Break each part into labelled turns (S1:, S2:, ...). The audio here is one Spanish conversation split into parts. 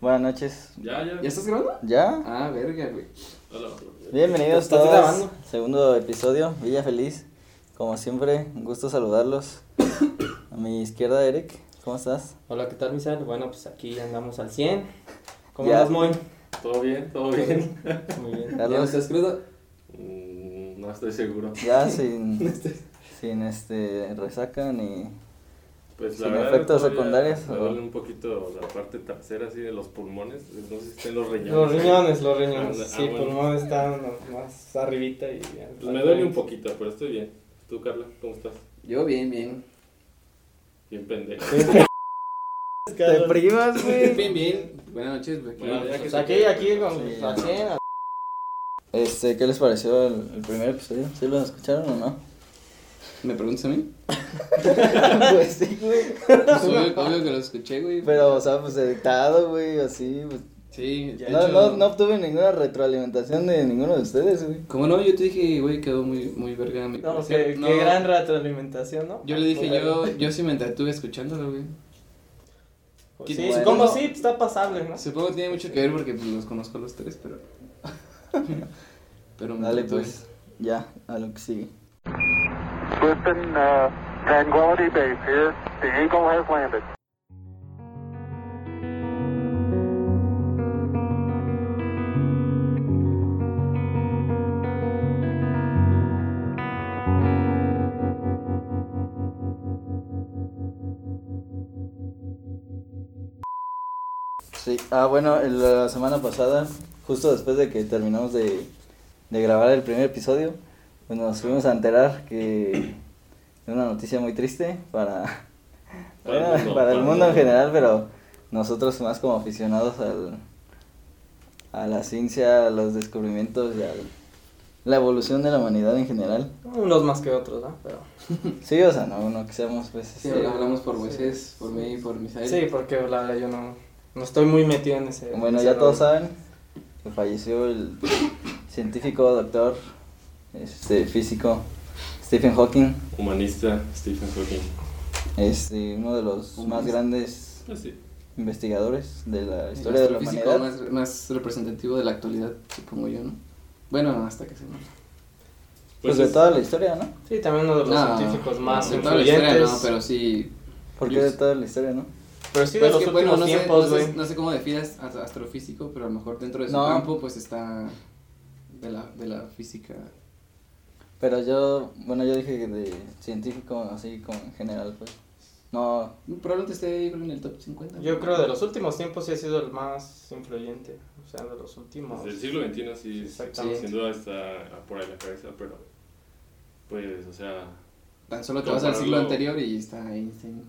S1: Buenas noches.
S2: Ya, ya.
S3: ¿Ya estás grabando?
S1: ¿Ya?
S3: Ah, verga, güey.
S2: Hola.
S1: Bienvenidos
S3: ¿Estás
S1: todos.
S3: grabando?
S1: Segundo episodio, Villa Feliz. Como siempre, un gusto saludarlos. A mi izquierda, Eric, ¿cómo estás?
S4: Hola, ¿qué tal, Misal? Bueno, pues aquí andamos al 100. ¿Cómo
S1: Ya.
S4: estás, Moy?
S2: ¿Todo bien? ¿Todo bien?
S4: Muy bien.
S3: ¿Ya no
S1: Carlos,
S3: estás crudo?
S2: Mm, no estoy seguro.
S1: ya sin, sin este resaca ni...
S2: Pues
S1: Sin efectos
S2: todavía
S1: secundarios,
S2: Me
S1: ¿o?
S2: duele un poquito la parte trasera así de los pulmones. No sé si estén los riñones.
S4: Los riñones, los
S2: Ah,
S4: riñones. Sí,
S2: bueno.
S4: pulmón está más arribita y ya.
S2: Pues me duele un poquito, pero estoy bien. ¿Tú, Carla, cómo estás?
S3: Yo bien, bien.
S2: Bien pendejo.
S1: Te privas,
S3: Bien, bien. Buenas noches, güey.
S2: Bueno, ya que
S4: Pues
S2: se
S4: aquí,
S2: quede.
S4: aquí, con
S1: Sí.
S4: al 100. a-
S1: eh, Este, ¿qué les pareció el, el primer episodio? ¿Sí lo escucharon o no?
S3: ¿Me preguntas a mí?
S1: pues sí, güey.
S3: Pues obvio, obvio que lo escuché, güey.
S1: Pero, o sea, pues editado, güey, así. pues.
S3: Sí, de
S1: No,
S3: hecho-
S1: no, no obtuve ninguna retroalimentación de ninguno de ustedes, güey.
S3: ¿Cómo no? Yo te dije, güey, quedó muy, muy verga. mi
S4: No,
S3: parecer.
S4: qué,
S3: No,
S4: qué gran retroalimentación, ¿no?
S3: Yo le dije,
S4: Pues,
S3: yo, yo sí me entretuve escuchándolo, güey.
S4: pues, Sí,
S3: Bueno.
S4: supongo sí, pues, está pasable, ¿no?
S3: Supongo que tiene mucho que ver porque pues, los conozco a los tres, pero. pero me
S1: Dale,
S3: entretuve.
S1: pues, ya, a lo que sigue.
S5: Listen, uh, Tranquility Base here. The Eagle has landed.
S1: Sí, ah, bueno, el- la semana pasada, justo después de que terminamos de, de grabar el primer episodio, pues nos fuimos a enterar que de una noticia muy triste para,
S2: Para el
S1: bueno,
S2: mundo,
S1: para el
S2: para
S1: mundo en
S2: el-
S1: general, pero nosotros más como aficionados al, a la ciencia, a los descubrimientos y a la evolución de la humanidad en general.
S4: Unos más que otros, ¿no? Pero...
S1: Sí, o sea, no, no que seamos pues...
S3: Sí,
S1: este,
S3: hablamos por
S4: Sí.
S3: Moisés, por mí, por Misael.
S4: Sí, porque la verdad yo no, no estoy muy metido en ese. en
S1: Bueno,
S4: ese
S1: ya todos
S4: rollo.
S1: saben que falleció el científico, doctor, este físico Stephen Hawking,
S2: Humanista Stephen Hawking.
S1: este uno de los más grandes
S2: Pues sí.
S1: investigadores de la
S3: El
S1: historia de la
S3: astrofísico
S1: humanidad.
S3: Más, más representativo de la actualidad, supongo yo, ¿no? Bueno, hasta que se muera.
S1: Pues
S2: Pues
S1: de
S2: es-
S1: toda la historia, ¿no?
S4: Sí, también uno de los
S3: No,
S4: científicos más
S3: en toda la
S4: influyentes.
S3: historia no, pero sí.
S1: Porque de toda la historia, ¿no?
S4: Pero sí,
S3: Pero
S4: de los
S3: es Pues que,
S4: últimos
S3: bueno, no sé-
S4: tiempos,
S3: no sé,
S4: güey.
S3: no sé cómo definas as- astrofísico, pero a lo mejor dentro de su
S1: No.
S3: campo, pues está de la, de la física.
S1: Pero yo, bueno, yo dije que de científico así como en general, pues. No,
S3: Probablemente esté yo creo, en el top 50. ¿no?
S4: Yo creo de los últimos tiempos sí ha sido el más influyente. O sea, de los últimos.
S2: Desde el siglo XXI sí,
S4: Exactamente.
S2: sin duda está por ahí la cabeza, pero pues, o sea,
S3: Tan solo te vas al
S2: Compararlo-
S3: siglo anterior y está Einstein.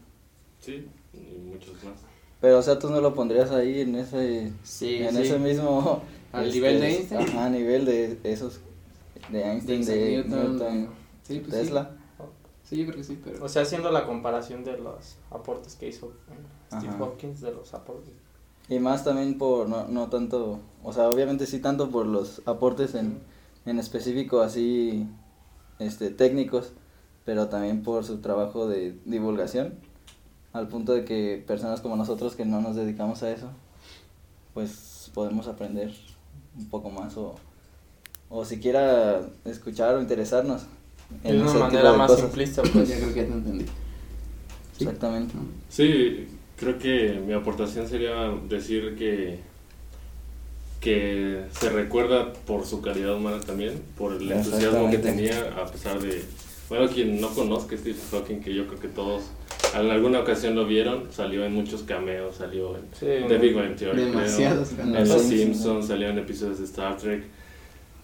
S2: sí, y muchos más.
S1: pero o sea, tú no lo pondrías ahí en ese
S3: Sí,
S1: en
S3: sí.
S1: ese mismo este,
S3: Al nivel de Einstein.
S1: Ajá, a nivel de esos de
S3: De
S1: Einstein, de,
S3: Isaac Newton.
S1: Newton
S3: sí, pues sí.
S1: Tesla.
S3: Sí, yo creo que sí, pero.
S4: O sea, haciendo la comparación de los aportes que hizo eh, Steve
S1: Ajá.
S4: Hawkins, de los aportes.
S1: Y más también por, no, no tanto, o sea, obviamente sí tanto por los aportes en, en específico así este, técnicos, pero también por su trabajo de divulgación, al punto de que personas como nosotros que no nos dedicamos a eso, pues podemos aprender un poco más o, o siquiera escuchar o interesarnos
S4: De una
S1: ese tipo
S4: manera
S1: de
S4: más
S1: cosas.
S4: simplista,
S3: Pues
S4: pues.
S3: ya creo que ya te entendí. Sí.
S1: Exactamente.
S2: Sí, creo que mi aportación sería decir que, que se recuerda por su calidad humana también, por el entusiasmo que
S1: Exactamente.
S2: tenía, a pesar de, bueno, quien no conozca a Stephen Hawking, que yo creo que todos en alguna ocasión lo vieron, salió en muchos cameos, salió en
S4: Sí,
S2: The Big Bang Theory, creo,
S3: Demasiados
S2: en
S3: canales.
S1: Los
S2: Los
S1: Simpsons.
S2: Simpsons, salió en episodios de Star Trek,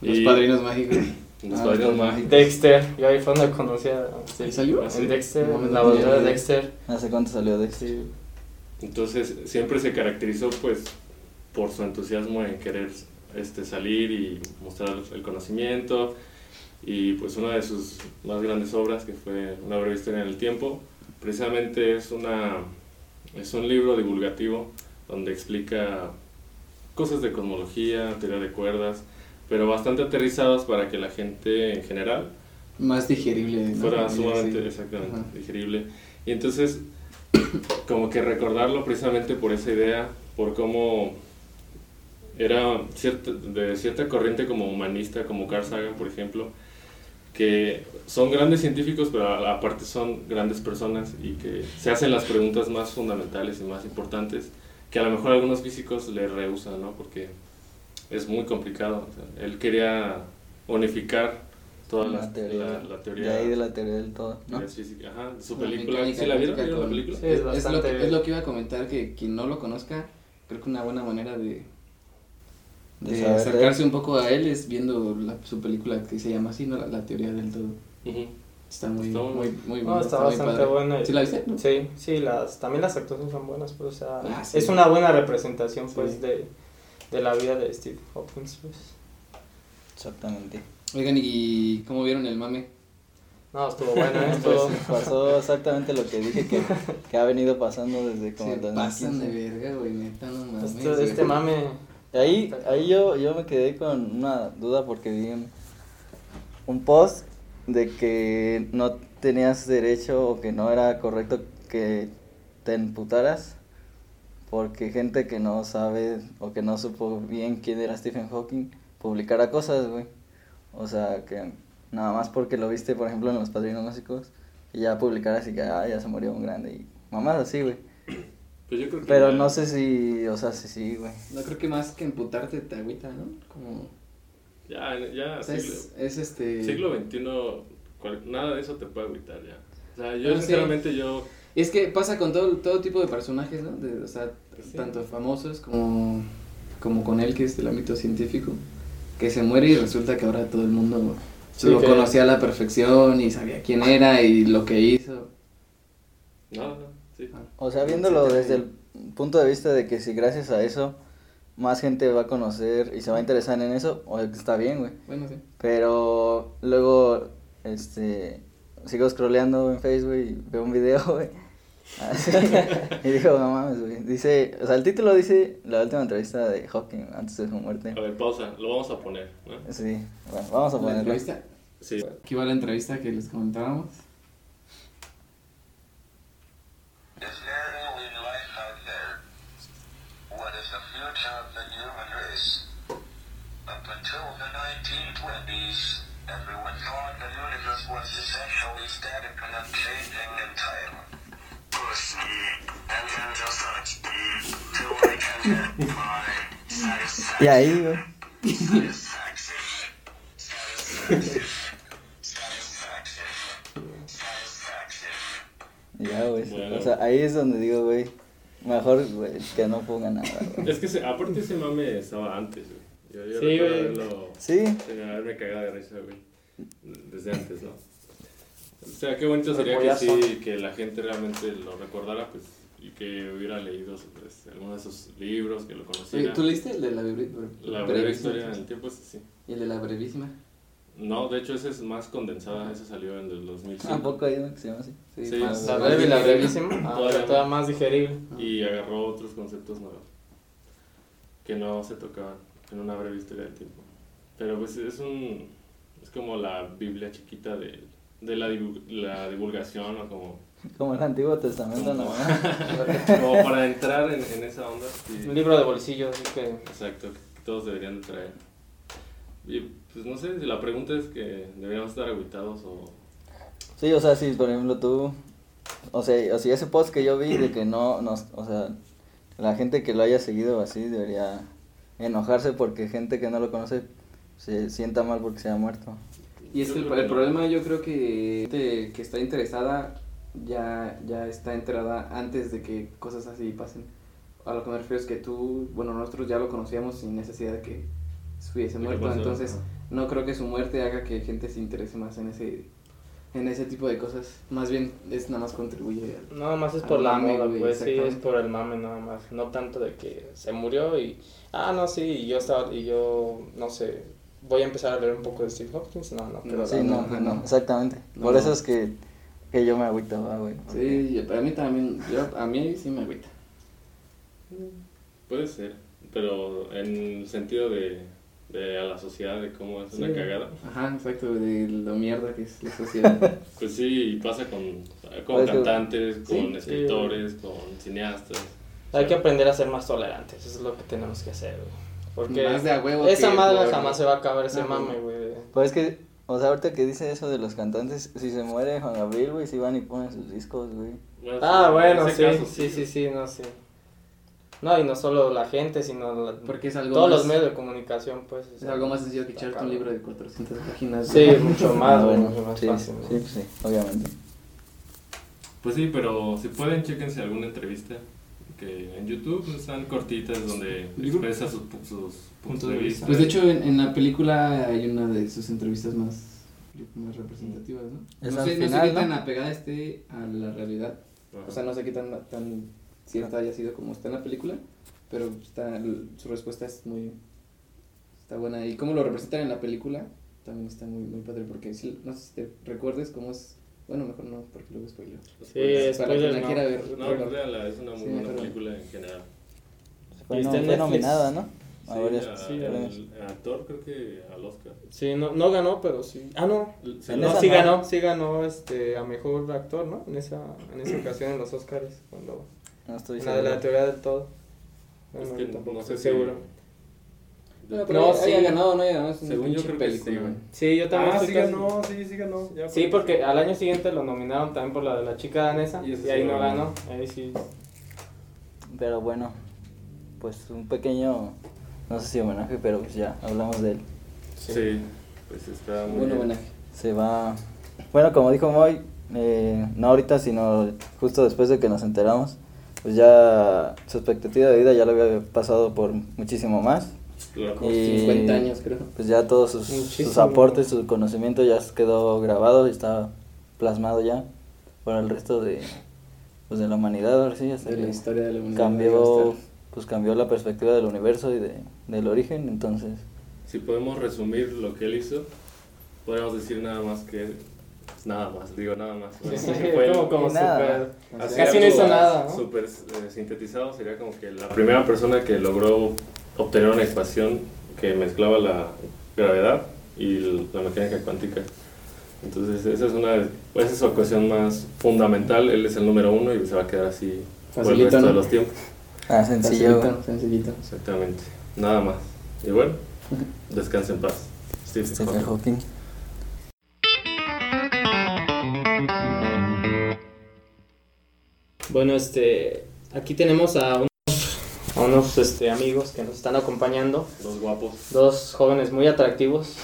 S3: Los
S2: y-
S3: padrinos mágicos.
S2: en Los
S1: Ah,
S2: Padrinos
S1: los
S2: Mágicos.
S4: Dexter, yo ahí fue donde conocí a.
S3: ¿Sí salió?
S2: Ah, sí.
S4: En Dexter,
S3: No,
S4: la
S3: no tenía
S4: bandera de
S3: idea.
S4: Dexter.
S1: ¿Hace cuánto salió de esto?
S4: Sí.
S2: Entonces siempre se caracterizó pues por su entusiasmo en querer este, salir y mostrar el conocimiento y pues una de sus más grandes obras que fue Una breve historia en el tiempo precisamente es, una, es un libro divulgativo donde explica cosas de cosmología, teoría de cuerdas, pero bastante aterrizados para que la gente en general
S3: Más digerible. ¿no?
S2: fuera
S3: Sí,
S2: sumamente
S3: sí.
S2: exactamente
S3: Ajá.
S2: digerible y entonces como que recordarlo precisamente por esa idea por cómo era cierta, de cierta corriente como humanista, como Carl Sagan, por ejemplo, que son grandes científicos, pero a- aparte son grandes personas y que se hacen las preguntas más fundamentales y más importantes, que a lo mejor algunos físicos le rehusan, ¿no? Porque es muy complicado. o sea, él quería unificar toda la,
S1: La teoría.
S2: la- la teoría
S1: De ahí de la teoría del todo, ¿no?
S2: teoría física. Ajá, de su
S3: La
S2: película.
S3: mecánica
S2: ¿Sí la vieron?
S3: cuántica
S2: ¿Vieron la
S3: con-
S2: película?
S4: Sí. Es
S3: Es, es lo
S4: bastante-
S3: que, es lo que iba a comentar, que quien no lo conozca, creo que una buena manera de,
S1: De
S3: de
S1: saber de
S3: Eh, acercarse un poco a él es viendo la- su película que se llama así, ¿no? La, la teoría del todo.
S2: Ujú.
S3: Está muy,
S2: Está muy-
S3: muy, muy
S4: No,
S3: buena,
S4: está
S3: muy
S4: bastante
S3: padre.
S4: buena. y-
S3: ¿Sí la viste? no?
S4: Sí, sí, las, también las actuaciones son buenas, pues, o sea,
S3: Ah, sí.
S4: es una buena representación, pues,
S3: Sí.
S4: de, de la vida de Steve Hopkins, pues.
S1: Exactamente.
S3: Oigan, ¿y cómo vieron el mame?
S4: No, estuvo bueno, esto.
S1: Pasó exactamente lo que dije que, que ha venido pasando desde como
S3: Se
S1: el
S3: pasan de
S1: 2015.
S3: verga, güey, neta, no mames.
S4: Este,
S3: güey.
S4: este mame.
S1: Ahí, ahí yo, yo me quedé con una duda porque vi un, un post de que no tenías derecho o que no era correcto que te emputaras porque gente que no sabe o que no supo bien quién era Stephen Hawking publicara cosas, güey. O sea, que nada más porque lo viste, por ejemplo, en Los Padrinos Músicos y ya publicaras y que ah, ya se murió un grande y mamás así, güey.
S2: Pues yo creo que
S1: Pero
S2: ya-
S1: no sé si, o sea, si sí, güey.
S3: No creo que más que emputarte te agüita, ¿no? Como...
S2: Ya, ya,
S3: o sea,
S2: siglo-
S3: es, es este...
S2: Siglo XXI, cual- nada de eso te puede agüitar ya. O sea, yo
S3: Ah, sí.
S2: sinceramente yo...
S3: Es que pasa con todo, todo tipo de personajes, ¿no? De- o sea,
S2: Sí.
S3: tanto famosos como, como con él, que es del ámbito científico, que se muere y resulta que ahora todo el mundo
S4: Sí,
S3: lo
S4: que-
S3: conocía a la perfección y sabía quién era y lo que hizo.
S2: No, no, sí.
S1: O sea, viéndolo
S3: Etcétera.
S1: desde el punto de vista de que si gracias a eso más gente va a conocer y se va a interesar en eso, o está bien, güey.
S3: Bueno, sí.
S1: Pero luego, este, sigo scrolleando en Facebook y veo un video, güey. y digo, no mames, güey. Dice, o sea, el título dice la última entrevista de Hawking antes de su muerte.
S2: A ver, pausa, lo vamos a poner, ¿no?
S1: Sí, bueno, vamos a
S3: La
S1: ponerlo.
S3: entrevista.
S2: Sí.
S3: Aquí va la entrevista que les comentábamos.
S6: It's very only life out there. What is the future of the human race? Up until the 1920s, everyone thought the universe was essentially static and unchanging in time. Push me, and then just touch me, till I can get my satisfaction.
S1: Y ahí, güey.
S6: Satisfaction. Satisfaction. Satisfaction. Satisfaction.
S1: Y Ya, güey.
S2: Bueno.
S1: O sea, ahí es donde digo, güey, mejor, güey, que no pongan nada, güey.
S2: Es que se- aparte ese mame estaba antes, güey. Yo, yo
S4: Sí,
S2: recuerdo
S4: güey.
S2: haberlo-
S1: Sí,
S2: de haberme cagado de risa, güey. Desde antes, ¿no? O sea, qué bonito
S4: Pero
S2: sería que
S4: payaso.
S2: sí, que la gente realmente lo recordara, pues, y que hubiera leído pues, alguno de esos libros, que lo
S3: Oye,
S2: conociera.
S3: ¿Tú leíste el de la, brevi-
S2: La breve
S3: brevísima?
S2: historia del tiempo, sí.
S3: Y el de la brevísima.
S2: No, de hecho ese es más condensada, ese salió en el 2005.
S1: tampoco hay uno que se llama así.
S2: Sí,
S3: más-
S4: La
S3: más
S4: breve y la
S3: digerible.
S4: brevísima. ah,
S2: Todavía
S4: toda
S2: no.
S4: más digerible.
S2: y agarró otros conceptos nuevos que no se tocaban en una breve historia del tiempo. Pero pues es un es como la Biblia chiquita de, de la, divu- la divulgación o como,
S1: Como el Antiguo Testamento,
S2: como,
S1: no mames.
S2: como para entrar en, en esa onda. sí.
S4: Un libro de bolsillo, así que.
S2: Exacto, que todos deberían de traer. Y pues no sé, la pregunta es que deberíamos estar aguitados o...
S1: Sí, o sea, si por ejemplo tú, o sea, o sea, ese post que yo vi de que no, no, o sea, la gente que lo haya seguido así debería enojarse porque gente que no lo conoce se sienta mal porque se ha muerto.
S3: Y es
S2: Yo
S3: que el,
S2: creo que
S3: el
S2: no.
S3: problema yo creo que gente que está interesada ya, ya está enterada antes de que cosas así pasen. A lo que me refiero es que tú, bueno, nosotros ya lo conocíamos sin necesidad de que estuviese
S2: ¿Qué
S3: muerto,
S2: pasó?
S3: entonces no creo que su muerte haga que gente se interese más en ese en ese tipo de cosas. Más bien es nada más contribuye al-
S4: Nada más es
S3: Al
S4: por la
S3: mame,
S4: moda,
S3: güey,
S4: pues. Sí, es
S3: exactamente.
S4: por el mame, nada más. No tanto de que se murió y. Ah, no, sí, y yo estaba. Y yo, no sé. Voy a empezar a leer un poco de Steve Hopkins. No, no, pero.
S3: No,
S1: Sí, no,
S3: ajá,
S1: no,
S3: no.
S1: exactamente.
S3: No,
S1: Por
S3: no.
S1: eso es que, que yo me agüitaba, güey. porque-
S3: Sí, y para mí también, yo, a mí sí me agüita.
S2: Puede ser, pero en el sentido de, de a la sociedad, de cómo es una
S3: Sí.
S2: cagada.
S3: Ajá, exacto, de lo mierda que es la sociedad.
S2: Pues sí, y pasa con, con
S1: Pues,
S2: cantantes,
S3: sí,
S2: con
S3: sí.
S2: escritores, con cineastas.
S4: Hay que aprender a ser más tolerantes, eso es lo que tenemos que hacer, güey. Porque
S3: Más de a huevo
S4: esa
S3: que
S4: madre
S3: jugar,
S4: jamás
S3: ¿no?
S4: se va a acabar, ese
S3: Ah,
S4: mame, güey. de-
S1: Pues es que, o sea, ahorita que dice eso de los cantantes, si se muere Juan Gabriel, güey, si van y ponen sus discos, güey.
S2: Bueno,
S4: Ah,
S2: sí,
S4: bueno,
S2: en
S4: sí,
S2: ese caso,
S4: sí, sí, sí, no, sí. No, y no solo la gente, sino la-
S3: Porque es algo
S4: todos
S3: más-
S4: los medios de comunicación, pues. o
S3: Es
S4: sea,
S3: algo más sencillo que
S4: está
S3: echarte un
S4: cabrón.
S3: libro de 400 páginas.
S4: Sí, mucho más,
S1: Ah,
S4: güey, mucho más
S1: sí,
S4: fácil.
S1: sí,
S4: güey.
S1: pues sí, obviamente.
S2: Pues sí, pero si pueden, chéquense alguna entrevista que en YouTube pues, están cortitas donde
S3: Yo creo-
S2: expresa sus, pu- sus puntos de vista.
S3: Pues de hecho, en, en la película hay una de sus entrevistas más, más representativas, ¿no?
S1: Es
S3: no
S1: al
S3: sé, no sé
S1: final,
S3: qué tan
S1: ¿no?
S3: apegada esté a la realidad.
S2: Ajá.
S3: O sea, no sé qué tan, tan cierta haya sido como está en la película, pero está, su respuesta es muy... Está buena. Y cómo lo representan en la película también está muy, muy padre, porque si, no sé si te recuerdes cómo es... Bueno, mejor no, porque luego spoileo.
S4: Sí,
S3: Para quien
S4: spoiler,
S3: la
S4: no.
S3: quiera ver.
S2: No, pues,
S3: pero-
S2: véanla, es una muy
S3: Sí,
S2: buena
S3: pero-
S2: película en general.
S1: Fue,
S4: Y está
S1: no-
S4: en
S1: fue
S4: Netflix.
S1: nominada, ¿no? A
S2: Sí,
S1: varias-
S2: a-
S4: sí,
S1: varias-
S2: al actor creo que al Oscar.
S4: Sí, no, no ganó, pero sí. Ah, no.
S2: Se
S1: En
S2: lo-
S4: No,
S1: esa
S4: sí
S1: no.
S4: ganó, sí ganó este, a mejor actor, ¿no? En esa, en esa ocasión en los Oscars, cuando.
S1: no estoy
S4: En la de
S1: seguro.
S4: la teoría del todo.
S2: es
S4: Bueno,
S2: que
S4: tampoco
S2: no sé
S4: estoy
S2: si-
S3: No,
S2: De-
S3: pero
S4: No,
S3: haya
S4: sí.
S3: ganado o no haya ganado, es una
S2: Según yo
S3: pinche
S2: creo que sí,
S3: película,
S2: güey.
S3: güey.
S4: Sí, yo también
S2: Ah,
S4: estoy
S2: sí
S4: casi-
S2: ganó, sí, sí ganó. ya,
S4: Sí, porque al año siguiente lo nominaron también por la de la chica danesa
S2: Y
S4: y,
S2: ese sí
S4: ahí
S2: lo
S4: no
S2: ganó.
S4: ganó. Ahí sí.
S1: Pero bueno, pues un pequeño, no sé si homenaje, pero pues ya, hablamos de él.
S2: Sí. pues está muy
S3: Buen
S2: bien.
S3: homenaje.
S1: Se va. Bueno, como dijo Moy, eh, no ahorita, sino justo después de que nos enteramos, pues ya su expectativa de vida ya lo había pasado por muchísimo más.
S2: Claro.
S3: Como
S4: Eh,
S1: Y-
S3: 50 años, creo.
S1: Pues ya todos sus,
S4: Muchísimo.
S1: sus aportes, su conocimiento ya quedó grabado y está plasmado ya para el resto de, pues, de la humanidad, ahora sí, hasta
S3: De la
S1: que
S3: historia de la humanidad.
S1: cambió, pues cambió la perspectiva del universo y de, del origen, entonces...
S2: Si podemos resumir lo que él hizo, podríamos decir nada más que. Nada más, digo nada más. Bueno,
S4: Sí,
S2: que Pues fue el-
S4: como, como
S1: Nada.
S4: súper-
S3: Así
S2: así
S4: Casi no
S2: algo
S4: hizo nada, ¿no?
S2: Súper eh, sintetizado sería como que la primera persona que logró obtener una ecuación que mezclaba la gravedad y l- la mecánica cuántica. Entonces, esa es una pues, esa es su ecuación más fundamental. Él es el número uno y se va a quedar así por el
S3: Facilito,
S2: resto de
S3: ¿no?
S2: los tiempos.
S1: Ah,
S3: Sencillito,
S1: sencillo.
S3: sencillito.
S2: Exactamente. Nada más. Y bueno, descanse en paz. Steve
S1: Stephen
S2: Hawking.
S1: Hawking.
S4: Bueno, este. Aquí tenemos a unos, a unos este, amigos que nos están acompañando.
S2: Dos guapos.
S4: Dos jóvenes muy atractivos.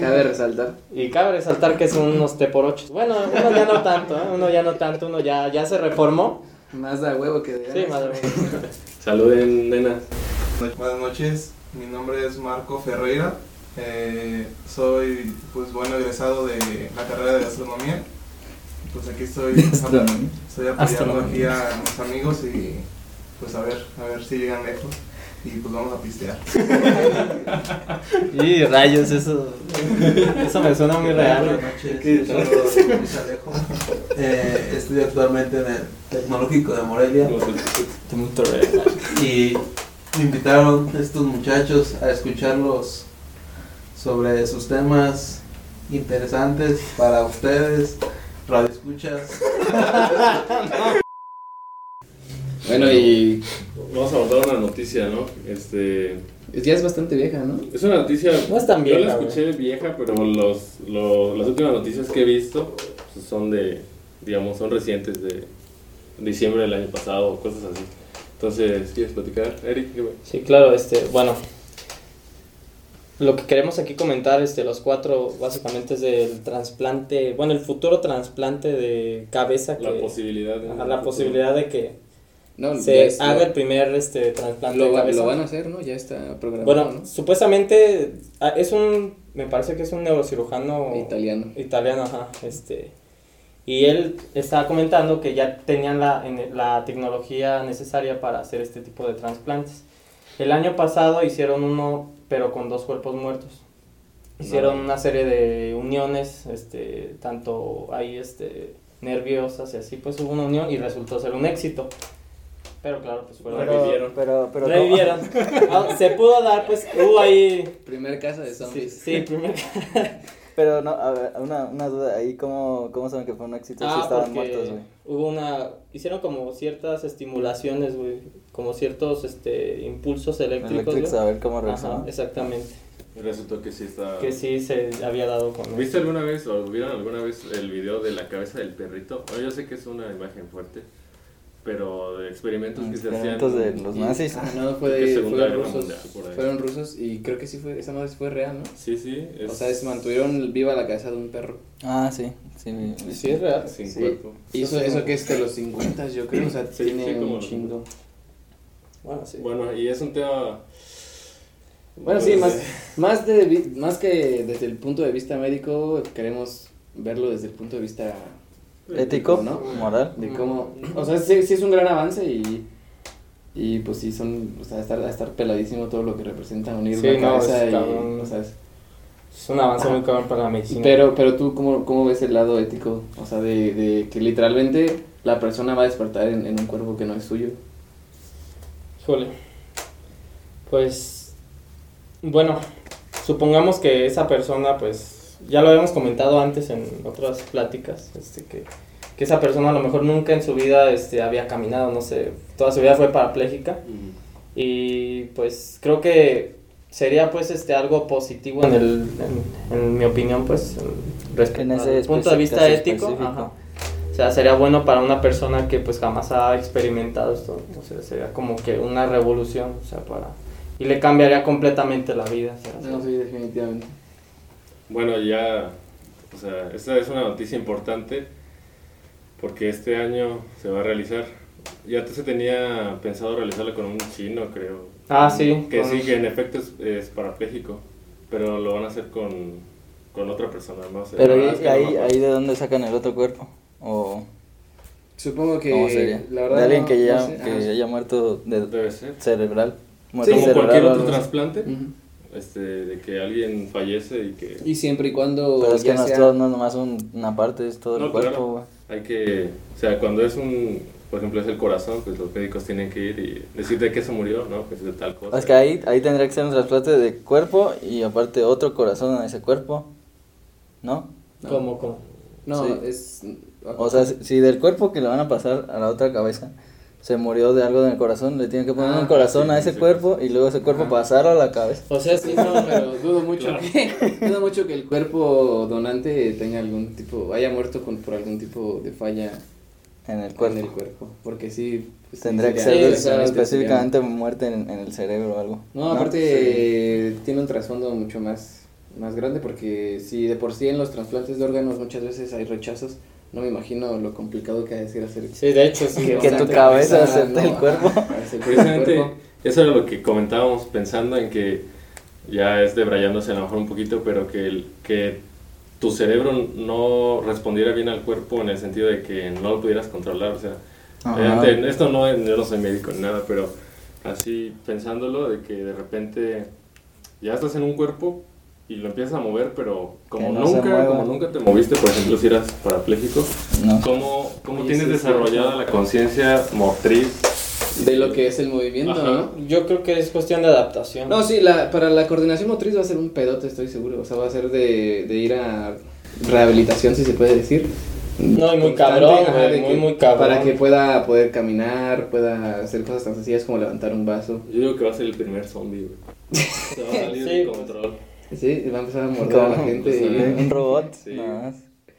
S3: Cabe resaltar.
S4: Y cabe resaltar que son unos te por ocho. Bueno, uno ya no tanto, ¿eh? uno ya no tanto, uno ya, ya se reformó.
S3: Más da huevo que de
S4: Sí, madre mía.
S2: Saluden, nenas.
S7: Buenas noches, mi nombre es Marco Ferreira, eh, soy pues bueno egresado de la carrera de gastronomía, pues aquí estoy,
S1: Gastronomía.
S7: estoy apoyando aquí a mis amigos y pues a ver, a ver si llegan lejos y pues vamos a pistear.
S4: Y rayos, eso. Eso me suena muy real.
S8: Buenas noches, soy Luis Alejo. Eh, estudio actualmente en el Tecnológico de Morelia y me invitaron estos muchachos a escucharlos sobre sus temas interesantes para ustedes, radio escuchas.
S3: Bueno, y
S2: Vamos a abordar una noticia, ¿no? Este.
S3: ya es bastante vieja, ¿no?
S2: Es una noticia.
S4: No es tan
S2: Yo la
S4: vieja,
S2: escuché vieja, pero los, lo- las últimas noticias que he visto pues, son de. Digamos, son recientes de diciembre del año pasado o cosas así. Entonces, ¿quieres platicar, Eric? ¿Qué me-
S4: Sí, claro, este, bueno. Lo que queremos aquí comentar, este, los cuatro, básicamente es del trasplante, bueno, el futuro trasplante de cabeza
S2: La
S4: que-
S2: posibilidad. de-
S4: ajá, la posibilidad de que
S3: No, ya
S4: se
S3: es-
S4: haga el
S3: lo,
S4: primer este trasplante
S3: lo
S4: de
S3: va-
S4: cabeza.
S3: lo van a hacer, ¿no? Ya está programado,
S4: bueno,
S3: ¿no?
S4: supuestamente ah, es un, me parece que es un neurocirujano
S3: Italiano.
S4: italiano, ajá, este, y él estaba comentando que ya tenían la, en- la tecnología necesaria para hacer este tipo de trasplantes. El año pasado hicieron uno, pero con dos cuerpos muertos. Hicieron
S2: No.
S4: una serie de uniones, este, tanto ahí, este, nerviosas y así, pues hubo una unión y resultó ser un éxito. Pero claro, pues fueron...
S1: Pero,
S2: revivieron.
S1: pero, pero,
S4: Revivieron. Ah, se pudo dar, pues hubo ahí
S3: Primer casa de
S4: Sí,
S3: zombies.
S4: sí, primer
S1: Pero no, a ver, una, una duda ahí, ¿cómo, ¿cómo saben que fue un éxito si
S4: Ah,
S1: estaban
S4: porque
S1: muertos, güey?
S4: hubo una... Hicieron como ciertas estimulaciones, güey. Como ciertos, este, impulsos eléctricos,
S1: Electrics, a
S4: güey.
S1: ver cómo
S4: Ajá,
S1: reaccionaban.
S4: exactamente.
S2: Y Resultó que sí estaba...
S4: Que sí se había dado con...
S2: ¿Viste alguna vez o vieron alguna vez el video de la cabeza del perrito? Bueno, yo sé que es una imagen fuerte, pero de experimentos que se hacían.
S1: Experimentos de los
S3: Y-
S1: nazis.
S3: Ah, no,
S2: Creo que
S3: fue,
S2: Segunda
S3: fueron
S2: Guerra
S3: rusos.
S2: Mundial, por ahí.
S3: Fueron rusos y creo que sí fue, esa madre sí fue real, ¿no?
S2: Sí, sí.
S3: O sea, es, mantuvieron viva la cabeza de un perro.
S1: Ah, sí, sí. vi- vi-
S4: Sí, es real.
S2: Sin
S3: Sí.
S2: cuerpo.
S3: Y eso, eso que es de los 50, yo creo, o sea,
S2: Sí,
S3: tiene
S2: sí, como
S3: un
S2: los-
S3: chingo.
S4: Bueno, sí.
S2: Bueno, y es un tema.
S3: Bueno, sí,
S2: pues,
S3: más,
S2: eh,
S3: más, de, vi- más que desde el punto de vista médico, queremos verlo desde el punto de vista
S1: Ético,
S3: ¿no?
S1: moral.
S3: de cómo... O sea, sí, sí es un gran avance y, y pues sí, son, o sea, estar, estar peladísimo todo lo que representa unir
S4: Sí,
S3: la
S4: no,
S3: cabeza
S4: es
S3: y,
S4: cabrón.
S3: o sea, es-
S4: Es un avance muy cabrón para la medicina.
S3: Pero, pero tú, ¿cómo, cómo ves el lado ético? O sea, de, de que literalmente la persona va a despertar en, en un cuerpo que no es suyo.
S4: Híjole. Pues, bueno, supongamos que esa persona, pues, ya lo habíamos comentado antes en otras pláticas, este, que, que esa persona a lo mejor nunca en su vida este, había caminado, no sé, toda su vida fue parapléjica. Y pues creo que sería pues este algo positivo en, el, en, en mi opinión, pues, en- respecto
S1: En ese
S4: al punto de
S1: especi-
S4: vista
S1: caso
S4: ético.
S1: específico.
S4: ajá. O sea, sería bueno para una persona que pues jamás ha experimentado esto. O sea, sería como que una revolución, o sea, para... Y le cambiaría completamente la vida. o sea,
S3: No, sí, definitivamente.
S2: Bueno, ya. O sea, esta es una noticia importante porque este año se va a realizar. Ya se tenía pensado realizarlo con un chino, creo.
S4: Ah, sí,
S2: Que
S4: con-
S2: sí, que en efecto es, es parapléjico, pero lo van a hacer con, con otra persona, no sé.
S1: Pero
S2: La
S1: ahí,
S2: verdad es que no me
S1: ahí,
S2: acuerdo.
S1: ahí de dónde sacan el otro cuerpo. O,
S3: Supongo que...
S1: ¿Cómo sería?
S3: La verdad,
S1: de alguien
S3: no-
S1: que, ya,
S3: no sé.
S1: que
S3: Ah, sí.
S1: haya muerto de
S2: Debe ser.
S1: cerebral.
S2: Sí,
S1: Muerte
S2: como
S1: cerebral
S2: cualquier
S1: o
S2: otro
S1: algo así.
S2: trasplante,
S3: Ujú.
S2: este, de que alguien fallece y que
S3: Y siempre y cuando...
S1: Pero Pues es que
S3: ya
S1: nosotros
S3: sea-
S1: no es nomás un- una parte, es todo el
S2: No,
S1: cuerpo,
S2: claro.
S1: güey.
S2: hay que, o sea, cuando es un, por ejemplo, es el corazón, pues los médicos tienen que ir y decir de qué se murió, ¿no? Pues de tal cosa.
S1: Es que ahí, ahí tendría que ser un trasplante de cuerpo y aparte otro corazón en ese cuerpo, ¿no?
S4: Como, como...
S3: No,
S1: Sí.
S3: es...
S1: O sea, si- si del cuerpo que le van a pasar a la otra cabeza se murió de algo en el corazón, le tienen que poner
S3: Ah,
S1: un corazón
S2: sí,
S1: a ese
S2: sí.
S1: cuerpo y luego ese cuerpo
S3: Ajá.
S1: pasarlo a la cabeza.
S4: O sea, sí,
S3: Sí,
S4: no,
S3: no, pero dudo mucho, que, dudo mucho que el cuerpo donante tenga algún tipo, haya muerto con, por algún tipo de falla
S1: En el
S3: en
S1: cuerpo.
S3: el cuerpo. Porque sí, pues, sí
S1: Tendría que
S3: sería-
S1: ser de-
S4: sí,
S3: sería-
S1: específicamente muerte en, en el cerebro o algo.
S3: No, aparte eh, tiene un trasfondo mucho más, más grande porque si de por sí en los trasplantes de órganos muchas veces hay rechazos, no me imagino lo complicado que ha de ser hacer
S4: sí, de hecho, sí.
S1: Que
S4: o sea,
S1: tu cabeza acepte el
S3: no,
S1: cuerpo.
S3: ajá, acepte el
S2: Precisamente,
S3: cuerpo.
S2: eso era lo que comentábamos pensando en que ya es debrayándose a lo mejor un poquito, pero que, el, que tu cerebro no respondiera bien al cuerpo en el sentido de que no lo pudieras controlar. O sea,
S1: Ajá.
S2: obviamente, esto no es, yo no soy médico ni nada, pero así pensándolo de que de repente ya estás en un cuerpo y lo empiezas a mover, pero como
S1: Que no se
S2: nunca,
S1: mueva.
S2: como nunca te moviste, por ejemplo, si eras parapléjico,
S1: No.
S2: ¿cómo, cómo
S3: Oye,
S2: tienes
S3: sí, sí.
S2: desarrollada la conciencia motriz?
S3: De lo que es el movimiento,
S2: Ajá.
S3: ¿no?
S4: Yo creo que es cuestión de adaptación.
S3: No, sí, la, para la coordinación motriz va a ser un pedote, estoy seguro. O sea, va a ser de, de ir a rehabilitación, si se puede decir.
S4: No, y muy
S3: Constante,
S4: cabrón,
S3: ajá,
S4: güey,
S3: de
S4: muy,
S3: que-
S4: muy cabrón.
S3: Para que pueda poder caminar, pueda hacer cosas tan sencillas como levantar un vaso.
S2: Yo digo que va a ser el primer zombie, güey. Se va a salir
S4: Sí,
S2: de
S4: pues.
S2: control.
S3: Sí, va a empezar a morder a la
S1: Como-
S3: gente. y-
S1: Un robot.
S2: Sí.
S1: nada más.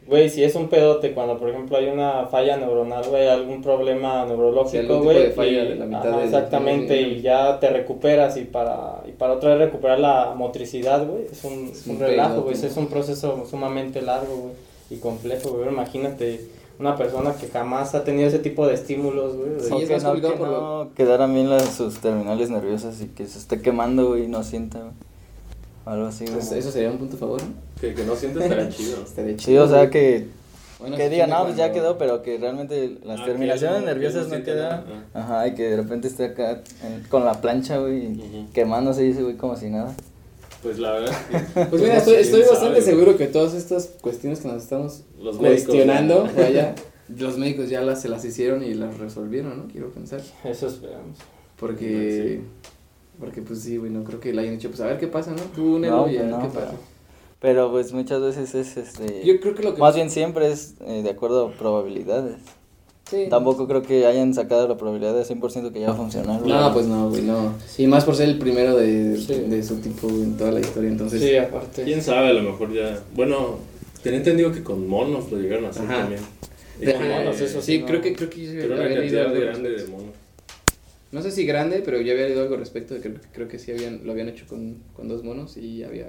S4: Güey, si es un pedote cuando, por ejemplo, hay una falla neuronal, güey, algún problema
S3: Sí,
S4: neurológico,
S3: algún
S4: güey.
S3: tipo de falla
S4: y-
S3: de la mitad
S4: ajá,
S3: del-
S4: Exactamente, y ya te recuperas y para, y para otra vez recuperar la motricidad, güey, es un,
S3: Es
S4: un
S3: un
S4: relajo,
S3: pedote.
S4: güey, es un proceso sumamente largo, güey, y complejo, güey. Imagínate una persona que jamás ha tenido ese tipo de estímulos, güey. de-
S3: Sí,
S1: O
S3: es
S1: que
S3: más
S1: no,
S3: complicado
S1: que
S3: por lo-
S1: no quedaran bien las, sus terminales nerviosas y que se esté quemando, güey, y no sienta, güey. Algo así, güey.
S3: Entonces, Pues eso sería un punto a favor. ¿no?
S2: Que, que no sientes tan chido.
S3: Estaría
S1: Sí, o sea,
S3: güey.
S1: que,
S3: Bueno,
S1: que
S3: se
S1: digan,
S3: supone
S1: no, pues ya
S3: cuando-
S1: quedó, pero que realmente las
S2: Ah, que
S1: terminaciones
S2: él no-
S1: nerviosas
S2: que él
S1: no
S2: no siente
S1: quedan.
S2: nada,
S1: Ajá, y que de repente esté acá en- con la plancha, güey, y
S2: Ujú.
S1: quemándose y ese güey como si nada.
S2: Pues la verdad es que.
S3: Pues mira, estoy,
S2: ¿Quién
S3: estoy
S2: sabe,
S3: bastante
S2: güey?
S3: seguro que todas estas cuestiones que nos estamos
S2: Los médicos
S3: cuestionando,
S2: ya-
S3: vaya, los médicos ya las, se las hicieron y las resolvieron, ¿no? Quiero pensar.
S4: Eso eh, esperamos.
S3: Porque. Porque, pues sí, güey, no creo que la hayan hecho. Pues a ver qué pasa, ¿no? Tú, Nelo,
S1: No,
S3: y a
S1: pues
S3: ver
S1: no,
S3: qué
S1: pero-
S3: pasa.
S1: Pero pues muchas veces es este...
S3: Yo creo que lo que...
S1: Más bien siempre es eh, de acuerdo a probabilidades.
S3: Sí.
S1: Tampoco creo que hayan sacado la probabilidad de 100% que ya va a funcionar. güey.
S3: No, pues no, güey, no. Sí, más por ser el primero de,
S9: Sí.
S3: de su tipo en toda la historia, entonces... eh,
S9: Sí, aparte.
S2: Quién sabe, a lo mejor ya. Bueno, tenía entendido que con monos lo llegaron a hacer
S3: Ajá.
S2: también. Y
S3: De-
S2: con monos, eso
S3: sí,
S2: sí.
S3: creo que, creo que yo
S2: Pero una
S3: había leído
S2: cantidad
S3: algo al
S2: grande de
S3: respecto.
S2: monos.
S3: No sé si grande, pero yo había leído algo al respecto, de que creo, creo que sí habían, lo habían hecho con, con dos monos y había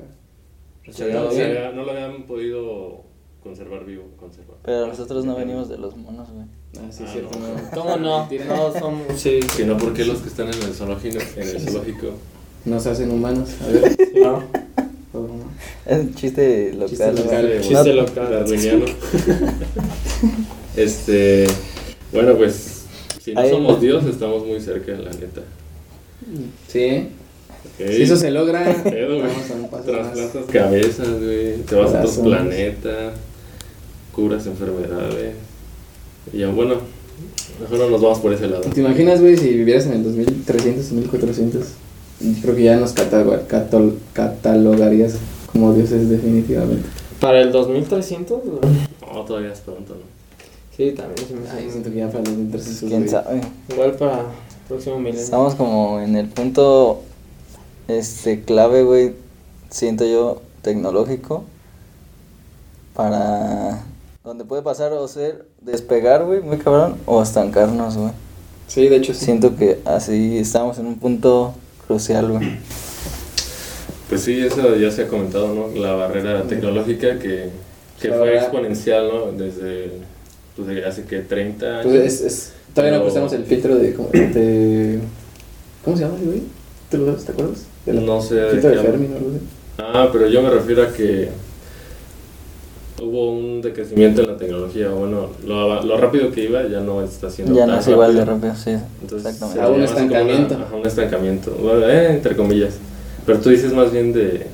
S3: resultado
S2: No,
S3: bien.
S2: había- no lo habían podido conservar vivo. Conservar.
S1: Pero nosotros no venimos de los monos, güey.
S3: Ah, sí,
S2: Ah,
S3: cierto.
S2: no.
S3: No.
S4: ¿Cómo no?
S3: Mentira.
S4: No somos.
S9: Sí.
S2: Si no, ¿por qué los que están en el zoológico? En el zoológico?
S3: Nos hacen humanos. A ver.
S9: No.
S3: o-
S1: Es un chiste local.
S3: Chiste
S1: güey.
S3: local.
S2: Dale,
S9: Chiste
S2: eh, bueno,
S9: local.
S2: darwiniano. este. Bueno, pues. Si no
S1: Ahí-
S2: somos Dios, estamos muy cerca, la neta.
S3: Sí, ¿eh?
S2: Ey,
S3: Si eso se logra,
S2: pedo, güey.
S3: vamos a un paso más.
S2: Trasplantas cabezas, güey. Te vas a otros
S3: Corazones.
S2: planetas. Curas enfermedades. Y ya, bueno, mejor no nos vamos por ese lado.
S3: ¿Te imaginas, güey, si vivieras en el 2300 o 1400? Creo que ya nos cataloga- catol- catalogarías como dioses definitivamente.
S4: Para el 2300, güey.
S2: No, todavía es pronto, ¿no?
S4: Sí, también se me hace.
S3: Ay, yo siento que ya para los 2300.
S1: Pues, ¿Quién
S3: güey.
S1: sabe?
S4: Igual para el próximo milenio.
S1: Estamos como en el punto este clave, güey, siento yo, tecnológico para donde puede pasar o ser despegar, güey, muy cabrón, o estancarnos, güey.
S3: Sí, de hecho sí.
S1: Siento que así estamos en un punto crucial, güey.
S2: Pues sí, eso ya se ha comentado, ¿no? La barrera tecnológica que, que
S3: La
S2: fue
S3: barrera-
S2: exponencial, ¿no? Desde, pues, desde hace que 30 años.
S3: Pues es, es- todavía no
S2: Pero-
S3: cruzamos el filtro de, como- de- ¿Cómo se llama ese güey? ¿Te lo sabes? ¿Te acuerdas? De la-
S2: No sé de
S3: filtro de
S2: qué
S3: Fermi, ¿no? Algo así.
S2: Ah, pero yo me refiero a que hubo un decrecimiento en la tecnología. Bueno, lo, lo rápido que iba ya no está siendo
S1: Ya
S2: tan
S1: no es igual de
S2: rápido.
S1: rápido, sí.
S2: Entonces,
S1: Exactamente.
S2: se
S3: Aún
S2: llama
S3: es-
S2: así como una-
S3: estancamiento.
S2: ajá, un estancamiento. Bueno, eh, entre comillas. Pero tú dices más bien de,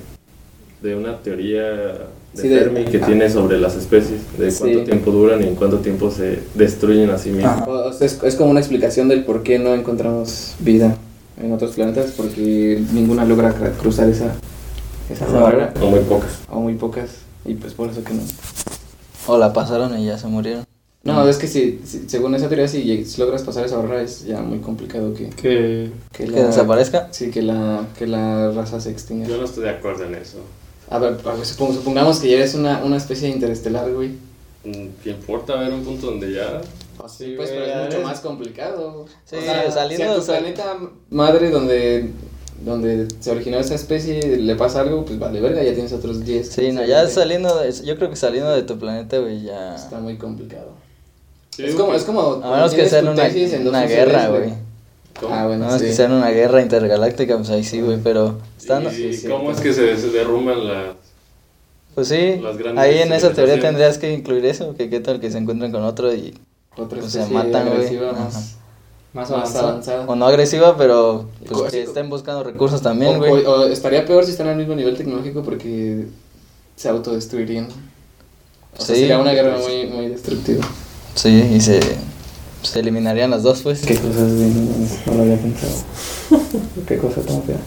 S2: de una teoría de
S3: Sí, de-
S2: Fermi que
S3: ajá.
S2: tiene sobre las especies, de cuánto
S3: Sí.
S2: tiempo duran y en cuánto tiempo se destruyen a sí mismas.
S1: Ajá.
S3: O- o sea, es, es como una explicación del por qué no encontramos vida en otros planetas, porque ninguna logra cra- cruzar esa, esa
S1: Esa
S3: barrera,
S2: O muy pocas.
S3: o muy pocas, y pues por eso que no.
S1: O la pasaron y ya se murieron.
S3: No, es que si, si- según esa teoría, si, lleg- si logras pasar esa barrera, es ya muy complicado que,
S9: Que.
S3: que
S1: Que desaparezca.
S3: Sí, que la, que la raza se extinga.
S2: Yo no estoy de acuerdo en eso.
S3: A ver, a ver, supong- supongamos que ya eres una, una especie interestelar, güey.
S2: Mm, ¿Qué importa ver un punto donde ya
S3: Sí, pues, pero es mucho más complicado.
S1: Sí,
S3: si a
S1: saliendo-
S3: tu planeta madre donde, donde se originó esta especie le pasa algo, pues vale verga, ya tienes otros 10.
S1: Sí, no,
S3: 15,
S1: ya
S3: 20.
S1: saliendo, de- yo creo que saliendo de tu planeta, güey, ya...
S3: Está muy complicado.
S2: Yo
S3: es,
S2: digo
S3: como,
S2: que-
S3: es como...
S1: A
S3: cuando
S1: menos que
S3: tienes
S1: sea
S3: tu
S1: en una,
S3: tesis en dos
S1: una
S3: sociedades,
S1: guerra, güey.
S2: ¿Cómo?
S3: Ah,
S1: No,
S3: bueno,
S1: es
S3: sí.
S1: que sea en una guerra intergaláctica, pues ahí sí, güey, pero están...
S2: ¿Y
S3: sí,
S2: cómo es
S3: sí.
S2: que se, se derrumban las...
S1: Pues sí,
S2: Las grandes
S1: ahí en esa teoría
S2: civilizaciones.
S1: tendrías que incluir eso, que qué tal que se encuentren con otro y...
S3: Otra
S1: pues se
S3: especie
S1: matan, güey.
S3: agresiva
S1: Ajá.
S3: Más,
S4: Más
S3: más
S4: avanzado.
S3: avanzada.
S1: O no agresiva, pero
S3: Pues,
S1: pues, que
S3: sí.
S1: estén buscando recursos también,
S3: O-
S1: güey.
S3: o- o estaría peor si están al mismo nivel tecnológico porque se autodestruirían. O sea,
S1: Sí.
S3: sería una guerra muy, muy destructiva.
S1: Sí, y se, se eliminarían las dos, pues.
S3: Qué cosas de niños, no lo había pensado. Qué cosa tan fea.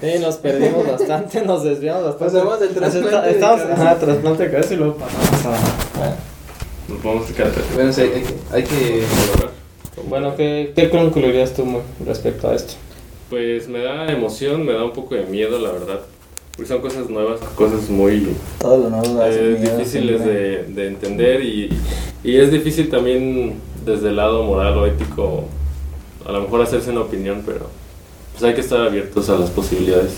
S4: Sí, nos perdimos bastante, nos desviamos bastante.
S8: Pasamos del
S4: Nos
S8: trasplante
S4: está-
S8: de
S4: Estamos,
S8: cabeza.
S4: ajá, trasplante de cabeza y luego pasamos a.
S2: Nos podemos cargar.
S3: Bueno, sí, hay que, hay que-
S4: Bueno, ¿qué, qué concluirías tú Moy, respecto a esto?
S2: Pues me da emoción, me da un poco de miedo, la verdad. Porque son cosas nuevas, cosas muy
S1: Todo lo nuevo. hace
S2: eh,
S1: miedo,
S2: difíciles
S1: siempre.
S2: de, de entender y, y es difícil también desde el lado moral o ético a lo mejor hacerse una opinión, pero pues hay que estar abiertos a las posibilidades.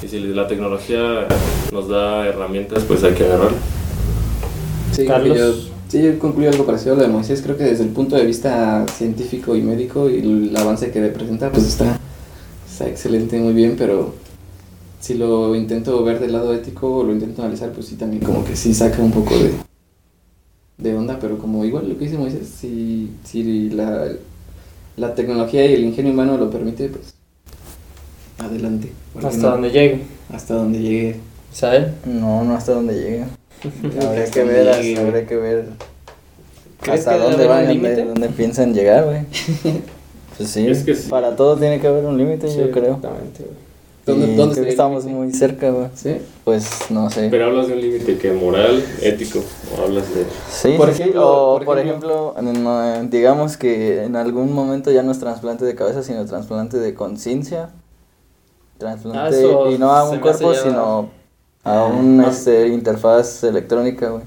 S2: Y si la tecnología nos da herramientas, pues hay que agarrarlas.
S3: sí,
S4: Carlos.
S3: Yo, sí, yo concluyo algo parecido a lo de Moisés. Creo que desde el punto de vista científico y médico y el avance que representa, pues está, está excelente, muy bien, pero si lo intento ver del lado ético o lo intento analizar, pues sí, también como que sí saca un poco de, de onda, pero como igual lo que dice Moisés, si, si la, la tecnología y el ingenio humano lo permite, pues adelante. ¿por qué
S4: Hasta
S3: no?
S4: donde llegue.
S3: Hasta donde llegue.
S4: ¿Sabes?
S1: No, no hasta dónde llega. Habría
S3: Hasta
S1: que ver,
S3: donde llegue,
S1: habría que ver
S4: ¿Crees
S1: hasta
S4: que debe
S1: dónde
S4: haber
S1: van,
S4: un límite?
S1: dónde, dónde piensan llegar, güey. Pues sí,
S2: Es que sí.
S1: para todo tiene que haber un límite, yo creo.
S4: Exactamente, güey.
S3: ¿Dónde,
S1: Y
S3: dónde
S1: creo que
S3: sería?
S1: estamos muy cerca, güey.
S3: ¿Sí?
S1: Pues no sé.
S2: Pero hablas de un límite que moral, ético, o hablas de...
S1: Sí,
S3: Por
S1: sí, sí,
S3: ejemplo,
S1: o
S3: por
S1: por ejemplo, en- no, digamos que en algún momento ya no es trasplante de cabeza, sino trasplante de conciencia.
S3: Ah,
S1: Trasplante
S4: eso
S1: y no a
S4: se
S1: un
S4: me hace
S1: cuerpo,
S4: ya-
S1: sino a una
S3: Ah.
S1: interfaz electrónica, güey.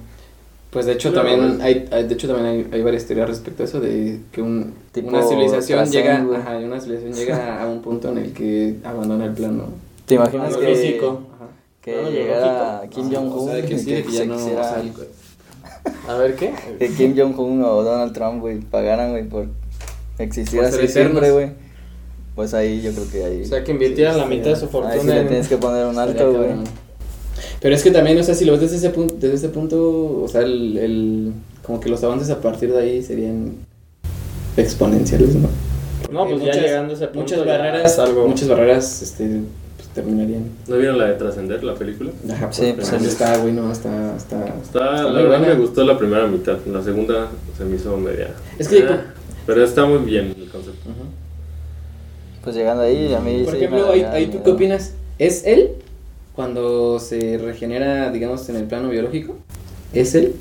S3: Pues de hecho
S2: Claro,
S3: también
S2: güey.
S3: hay, hay- de hecho también hay, hay varias teorías respecto a eso de que un-
S1: Tipo
S3: una civilización
S1: Tarzán,
S3: llega,
S1: güey.
S3: ajá, una civilización llega a un punto en el que abandona el plano.
S1: ¿Te imaginas
S4: Lo
S1: que,
S4: físico.
S3: Ajá.
S1: que
S4: Bueno, lo
S1: llegara
S4: lógico.
S1: Kim Jong-un
S3: O sea, de que
S1: y
S3: sí,
S1: que
S3: de que ya
S1: se
S3: no-
S1: quisiera-
S3: o sea, el-
S4: A ver qué.
S1: que Kim Jong-un o Donald Trump, güey, pagaran, güey, por existir
S3: Por ser
S1: así siempre,
S3: eternos.
S1: güey? Pues ahí yo creo que ahí...
S4: O sea, que invirtieran la
S1: sí,
S4: mitad de su
S1: ahí
S4: fortuna
S1: sí le
S4: en-
S1: tienes que poner un
S3: Estaría
S1: alto, güey.
S3: cabrón. Pero es que también, o sea, si lo ves desde ese punto, desde ese punto o sea, el, el- como que los avances a partir de ahí serían exponenciales, ¿no? Eh,
S4: No, pues ya
S3: Muchas-
S4: llegando a ese punto.
S3: Muchas
S4: ya
S3: barreras,
S4: es algo.
S3: muchas barreras este, pues, terminarían.
S2: ¿No vieron la de Trascender, la película?
S3: Ajá,
S1: Sí,
S3: pues,
S2: pues,
S3: pero
S2: sí.
S3: está, güey, no, está, está,
S2: Está, la
S3: muy
S2: verdad
S3: buena.
S2: me gustó la primera mitad, la segunda se me hizo media...
S3: Es que-
S2: Ah, pero está muy bien el concepto.
S3: Ajá.
S1: Pues llegando ahí, a mí
S3: Por
S1: sí
S3: ejemplo,
S1: me
S3: ahí,
S1: daría
S3: ahí tú
S1: miedo.
S3: qué opinas, ¿es él cuando se regenera, digamos, en el plano biológico? ¿Es él?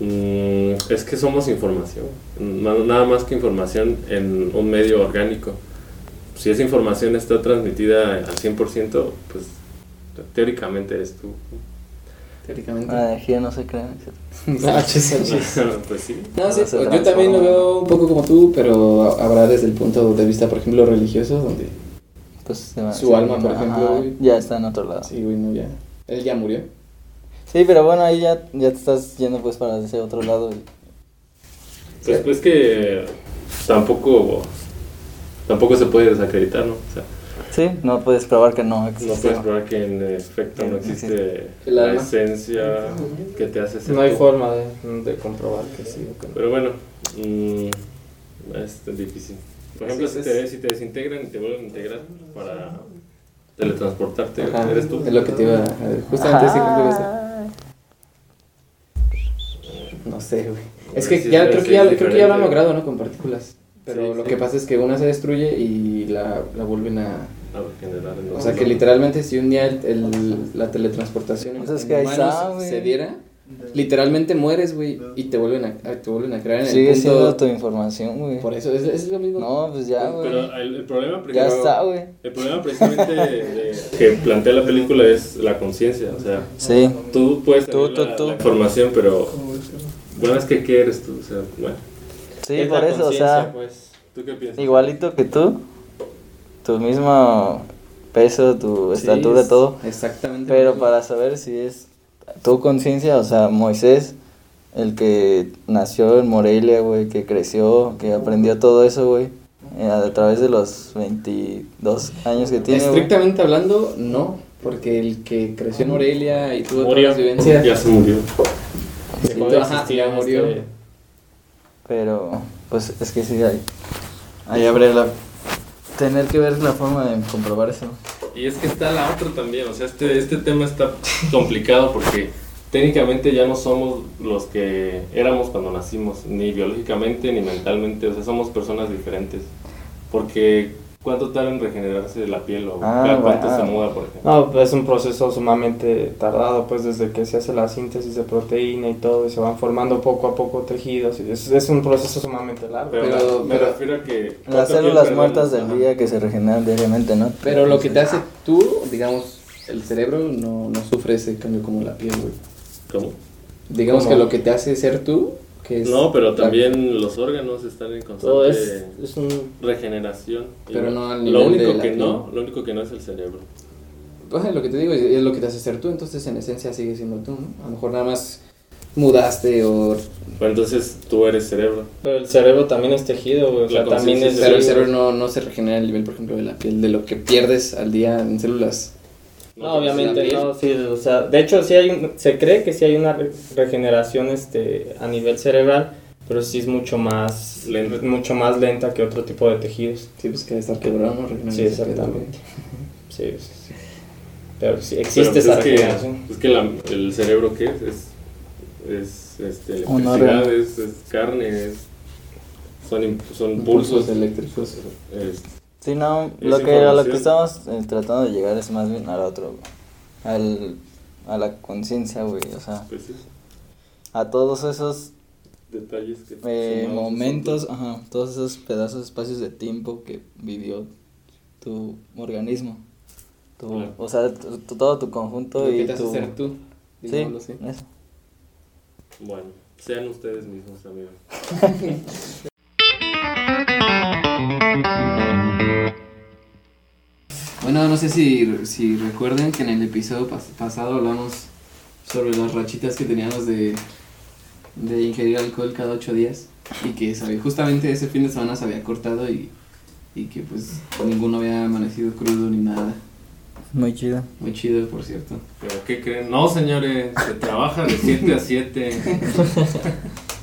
S2: Mm, es que somos información, na- nada más que información en un medio orgánico. Si esa información está transmitida al 100%, pues teóricamente es tú.
S3: Teóricamente.
S1: La energía no se crea.
S3: Ah, chis, chis.
S2: pues sí.
S3: No, sí,
S1: Se
S3: yo
S1: transforma.
S3: también lo veo un poco como tú, pero ha- habrá desde el punto de vista, por ejemplo, religioso, donde
S1: Pues, se va-
S3: Su
S1: se
S3: alma, por
S1: ajá,
S3: ejemplo, güey.
S1: Ya está en otro lado. Sí,
S3: sí, güey, no, ya, él ya murió.
S1: pero bueno, ahí ya, ya te estás yendo pues para ese otro lado. güey.
S2: Pues, pues que tampoco, tampoco se puede desacreditar, ¿no? O sea,
S1: Sí, no puedes probar que no existe.
S2: no puedes probar que en efecto no existe
S3: El
S2: la
S3: alma.
S2: esencia que te hace ser
S4: No hay
S2: tú.
S4: forma de, de comprobar que sí o que no.
S2: Pero bueno, mm, es difícil. Por ejemplo,
S3: Así
S2: si
S3: es.
S2: te, si te desintegran y te vuelven a integrar para teletransportarte,
S3: Ajá,
S2: eres tú.
S3: Ah,
S2: Ah,
S3: Es lo que te iba a... Justamente sí, creo que iba a decir. No sé, güey. Es que
S2: Sí,
S3: ya
S2: sí,
S3: creo
S2: sí,
S3: que ya,
S2: es
S3: creo que ya lo han
S2: diferente.
S3: logrado, ¿no? Con partículas. Pero
S2: Sí,
S3: lo
S2: sí.
S3: que pasa es que una se destruye y la, la vuelven a...
S2: A regenerar en
S3: O
S2: los
S3: sea, que
S2: humanos.
S3: literalmente si un día el- el- la teletransportación en,
S1: Pues es
S3: en
S1: que ahí
S3: humanos
S1: está, güey.
S3: se diera, literalmente mueres, güey, y te vuelven a, a- te vuelven a crear en el
S1: Sigue
S3: punto...
S1: siendo tu información, güey.
S3: Por eso, es, es lo mismo.
S1: No, pues ya, güey.
S2: Pero el, el problema
S1: Ya
S2: primero-
S1: está, güey.
S2: El problema precisamente de- que plantea la película es la conciencia. O sea,
S1: Sí.
S2: tú puedes tener
S1: Tú, tú,
S2: la,
S1: tú.
S2: la información, pero bueno, es que ¿qué eres tú? O sea, bueno,
S1: Sí,
S4: Es la
S1: por eso, o sea,
S4: conciencia, pues.
S2: ¿tú qué piensas?
S1: igualito que tú, tu mismo peso, pues, tu
S3: Sí,
S1: estatura,
S3: es
S1: todo.
S3: Exactamente. lo
S1: Pero
S3: mismo.
S1: para saber si es tu conciencia, o sea, Moisés, el que nació en Morelia, güey, que creció, que aprendió todo eso, güey, eh, a través de los 22 años que tiene, güey.
S3: Estrictamente hablando, no. Porque el que creció en Morelia y tuvo
S4: Murió.
S3: todas las vivencias...
S2: Ya se murió.
S3: Sí,
S4: Dejó de
S3: ajá,
S4: existir
S3: ya
S4: en
S3: murió.
S4: este-
S1: Pero, pues, es que sí, ahí, ahí habría la... Tener que ver la forma de comprobar eso.
S2: Y es que está la otra también, o sea, este, este tema está complicado porque técnicamente ya no somos los que éramos cuando nacimos, ni biológicamente ni mentalmente, o sea, somos personas diferentes. Porque ¿cuánto tarda en regenerarse la piel o
S1: Ah,
S2: cada cuánto
S1: wow.
S2: se muda, por ejemplo?
S4: No, pues es un proceso sumamente tardado, pues desde que se hace la síntesis de proteína y todo, y se van formando poco a poco tejidos, y es, es un proceso sumamente largo.
S2: Pero,
S3: Ah, Pero-
S2: me
S3: pero-
S2: refiero a que... ¿cuánta
S1: Las
S2: piel
S1: células
S2: perdemos?
S1: muertas del
S2: Ajá.
S1: día que se regeneran diariamente, ¿no?
S3: Pero lo que te hace tú, digamos, el cerebro no, no sufre ese cambio como la piel, güey.
S2: ¿Cómo?
S3: Digamos
S4: ¿Cómo?
S3: que lo que te hace ser tú, que es...
S2: No, pero
S3: la-
S2: también los órganos están en constante...
S4: Todo es, es un...
S2: regeneración. Y
S3: Pero no al
S2: lo
S3: nivel de
S2: único
S3: la
S2: que
S3: piel.
S2: no, lo único que no es el cerebro.
S3: Ajá, lo que te digo es, es lo que te hace ser tú, entonces en esencia sigue siendo tú, ¿no? A lo mejor nada más mudaste o...
S2: Bueno, entonces tú eres cerebro.
S4: Pero el cerebro también es tejido, güey, o
S2: La
S4: sea, también
S2: conciencia
S4: es...
S2: Sí,
S3: Pero el
S2: sí.
S3: cerebro no, no se regenera al nivel, por ejemplo, de la piel, de lo que pierdes al día en células.
S4: No, obviamente
S3: Sí, la
S4: no, sí, o sea, de hecho sí hay un- se cree que sí hay una re- regeneración este a nivel cerebral, pero sí es mucho más
S2: Lenta.
S4: mucho más lenta que otro tipo de tejidos.
S3: Sí, pues que debe estar quebrado, ¿no? Regenerar
S4: Sí,
S3: ese pedo,
S4: exactamente. Sí, sí, sí. Pero sí
S2: Pero,
S4: existe
S2: pues,
S4: esa
S2: es que-
S4: regeneración.
S2: Es que la- el cerebro, ¿qué es? Es, es, este,
S1: Un
S2: electricidad,
S1: órgano.
S2: es, es carne, es- son, imp- son
S3: güey.
S2: pulsos.
S3: eléctricos.
S2: es-
S1: Sí, no,
S2: Es
S1: lo que, a lo que
S2: información.
S1: estamos eh, tratando de llegar es más bien al otro, güey. Al, a la conciencia, güey, o sea,
S2: Pues sí,
S1: a todos esos
S2: detalles que...
S1: eh,
S2: sumamos
S1: momentos,
S2: nosotros.
S1: ajá, todos esos pedazos, espacios de tiempo que vivió tu organismo. Tu,
S2: Claro.
S1: O sea, tu- tu- todo tu conjunto
S3: Lo que
S1: y
S3: te hace
S1: tu...
S3: ser tú.
S1: Sí,
S3: Digámoslo así.
S1: eso.
S2: Bueno, sean ustedes mismos, amigos.
S3: Bueno, no sé si, si recuerden que en el episodio pas- pasado hablamos sobre las rachitas que teníamos de, de ingerir alcohol cada ocho días y que se había- justamente ese fin de semana se había cortado y, y que pues ninguno había amanecido crudo ni nada.
S1: Muy chido.
S3: Muy chido, por cierto.
S2: ¿Pero qué creen? No, señores, se trabaja de 7 a 7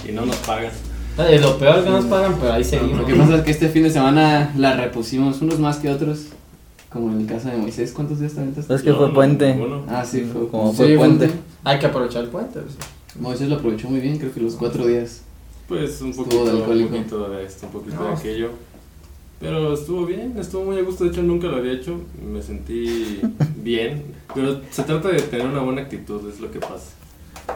S2: y no nos pagan.
S4: Eh, Lo peor es que nos pagan, pero ahí seguimos.
S3: Lo que pasa es que este fin de semana la repusimos, unos más que otros, como en el caso de Moisés. ¿Cuántos días te aventaste?
S1: Es que
S2: No,
S1: fue
S2: no,
S1: puente.
S2: ninguno.
S3: Ah, sí, fue
S1: Como
S3: sí,
S1: fue puente.
S4: Hay que aprovechar el puente. pues.
S3: Moisés lo aprovechó muy bien, creo que los cuatro días.
S2: Pues un
S3: Estuvo
S2: poquito,
S3: de
S2: un
S3: alcohólico.
S2: poquito de esto, un poquito
S7: No.
S2: de aquello. Pero estuvo bien, estuvo muy a gusto. De hecho, nunca lo había hecho. Me sentí bien. Pero se trata de tener una buena actitud, es lo que pasa.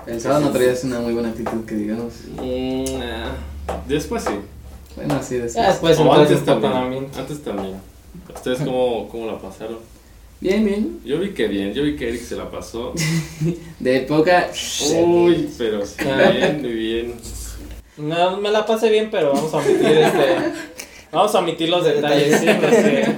S3: El sábado no traías una muy buena actitud, que digamos.
S2: Mm, ah, Después sí.
S3: Bueno, así de
S4: Ya después
S2: O
S4: entonces
S2: antes
S4: está
S2: también. Antes también. ¿Ustedes cómo, cómo la pasaron?
S3: Bien, bien.
S2: Yo vi que bien, yo vi que Eric se la pasó.
S3: De poca.
S2: Uy, pero sí,
S4: Ah.
S2: bien, muy bien.
S4: No, me la pasé bien, pero vamos a omitir este. Vamos a omitir los detalles, sí, porque-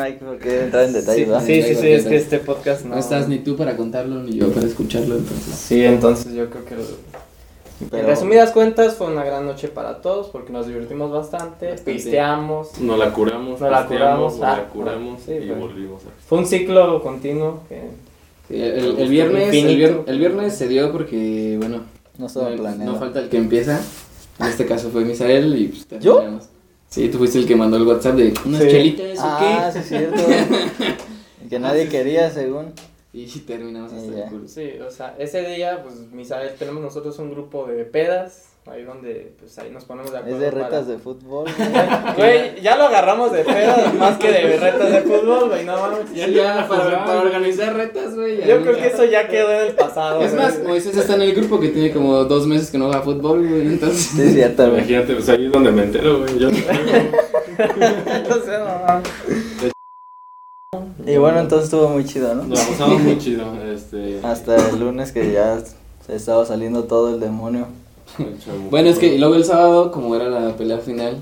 S1: Hay que entrar en detalle, ¿verdad?
S4: sí, sí, sí, es que este podcast no.
S3: No estás ni tú para contarlo ni yo para escucharlo, entonces.
S4: Sí, entonces yo creo que. En
S1: Pero-
S4: resumidas cuentas, fue una gran noche para todos porque nos divertimos bastante,
S3: Bastante.
S4: pisteamos.
S2: Nos la curamos,
S4: Nos la
S2: pisteamos,
S4: curamos,
S2: nos
S4: ah,
S2: la curamos
S4: sí,
S2: y
S4: pero-
S2: volvimos. a-
S4: Fue un ciclo continuo que.
S3: El, el- el viernes, el, vier- el viernes se dio porque, bueno,
S1: No estaba planeado.
S3: no falta el que empieza. En este caso fue Misael y pues,
S1: ¿Yo?
S3: terminamos. Sí, tú fuiste el que mandó el WhatsApp de unas
S4: Sí.
S3: chelitas o
S1: Ah, sí es cierto. que nadie quería, según.
S3: qué. Y terminamos hasta
S1: Ya.
S3: el culo.
S4: pues Sí, o sea, ese día, pues, Misael, tenemos nosotros un grupo de pedas, ahí donde, pues, ahí nos ponemos de acuerdo.
S1: Es de
S4: para-
S1: retas de fútbol.
S4: Güey, ya lo agarramos de pedas más que de retas de fútbol, güey, no mames.
S3: Ya, ya, para, para organizar retas, güey. ya
S4: Yo
S3: no,
S4: creo
S3: ya.
S4: que eso ya quedó en el pasado.
S3: Es
S4: güey.
S3: más, Moisés está en el grupo que tiene como dos meses que no juega fútbol, güey, entonces.
S1: Sí, es cierto, güey.
S2: Imagínate, pues ahí es donde me entero, güey. Yo no juego.
S4: No sé, no mames.
S1: Y bueno, entonces estuvo muy chido, ¿no?
S2: Nos la pasamos muy chido. Este,
S1: Hasta el lunes que ya se estaba saliendo todo el demonio.
S2: el chamuco.
S3: Bueno, es que y luego el sábado, como era la pelea final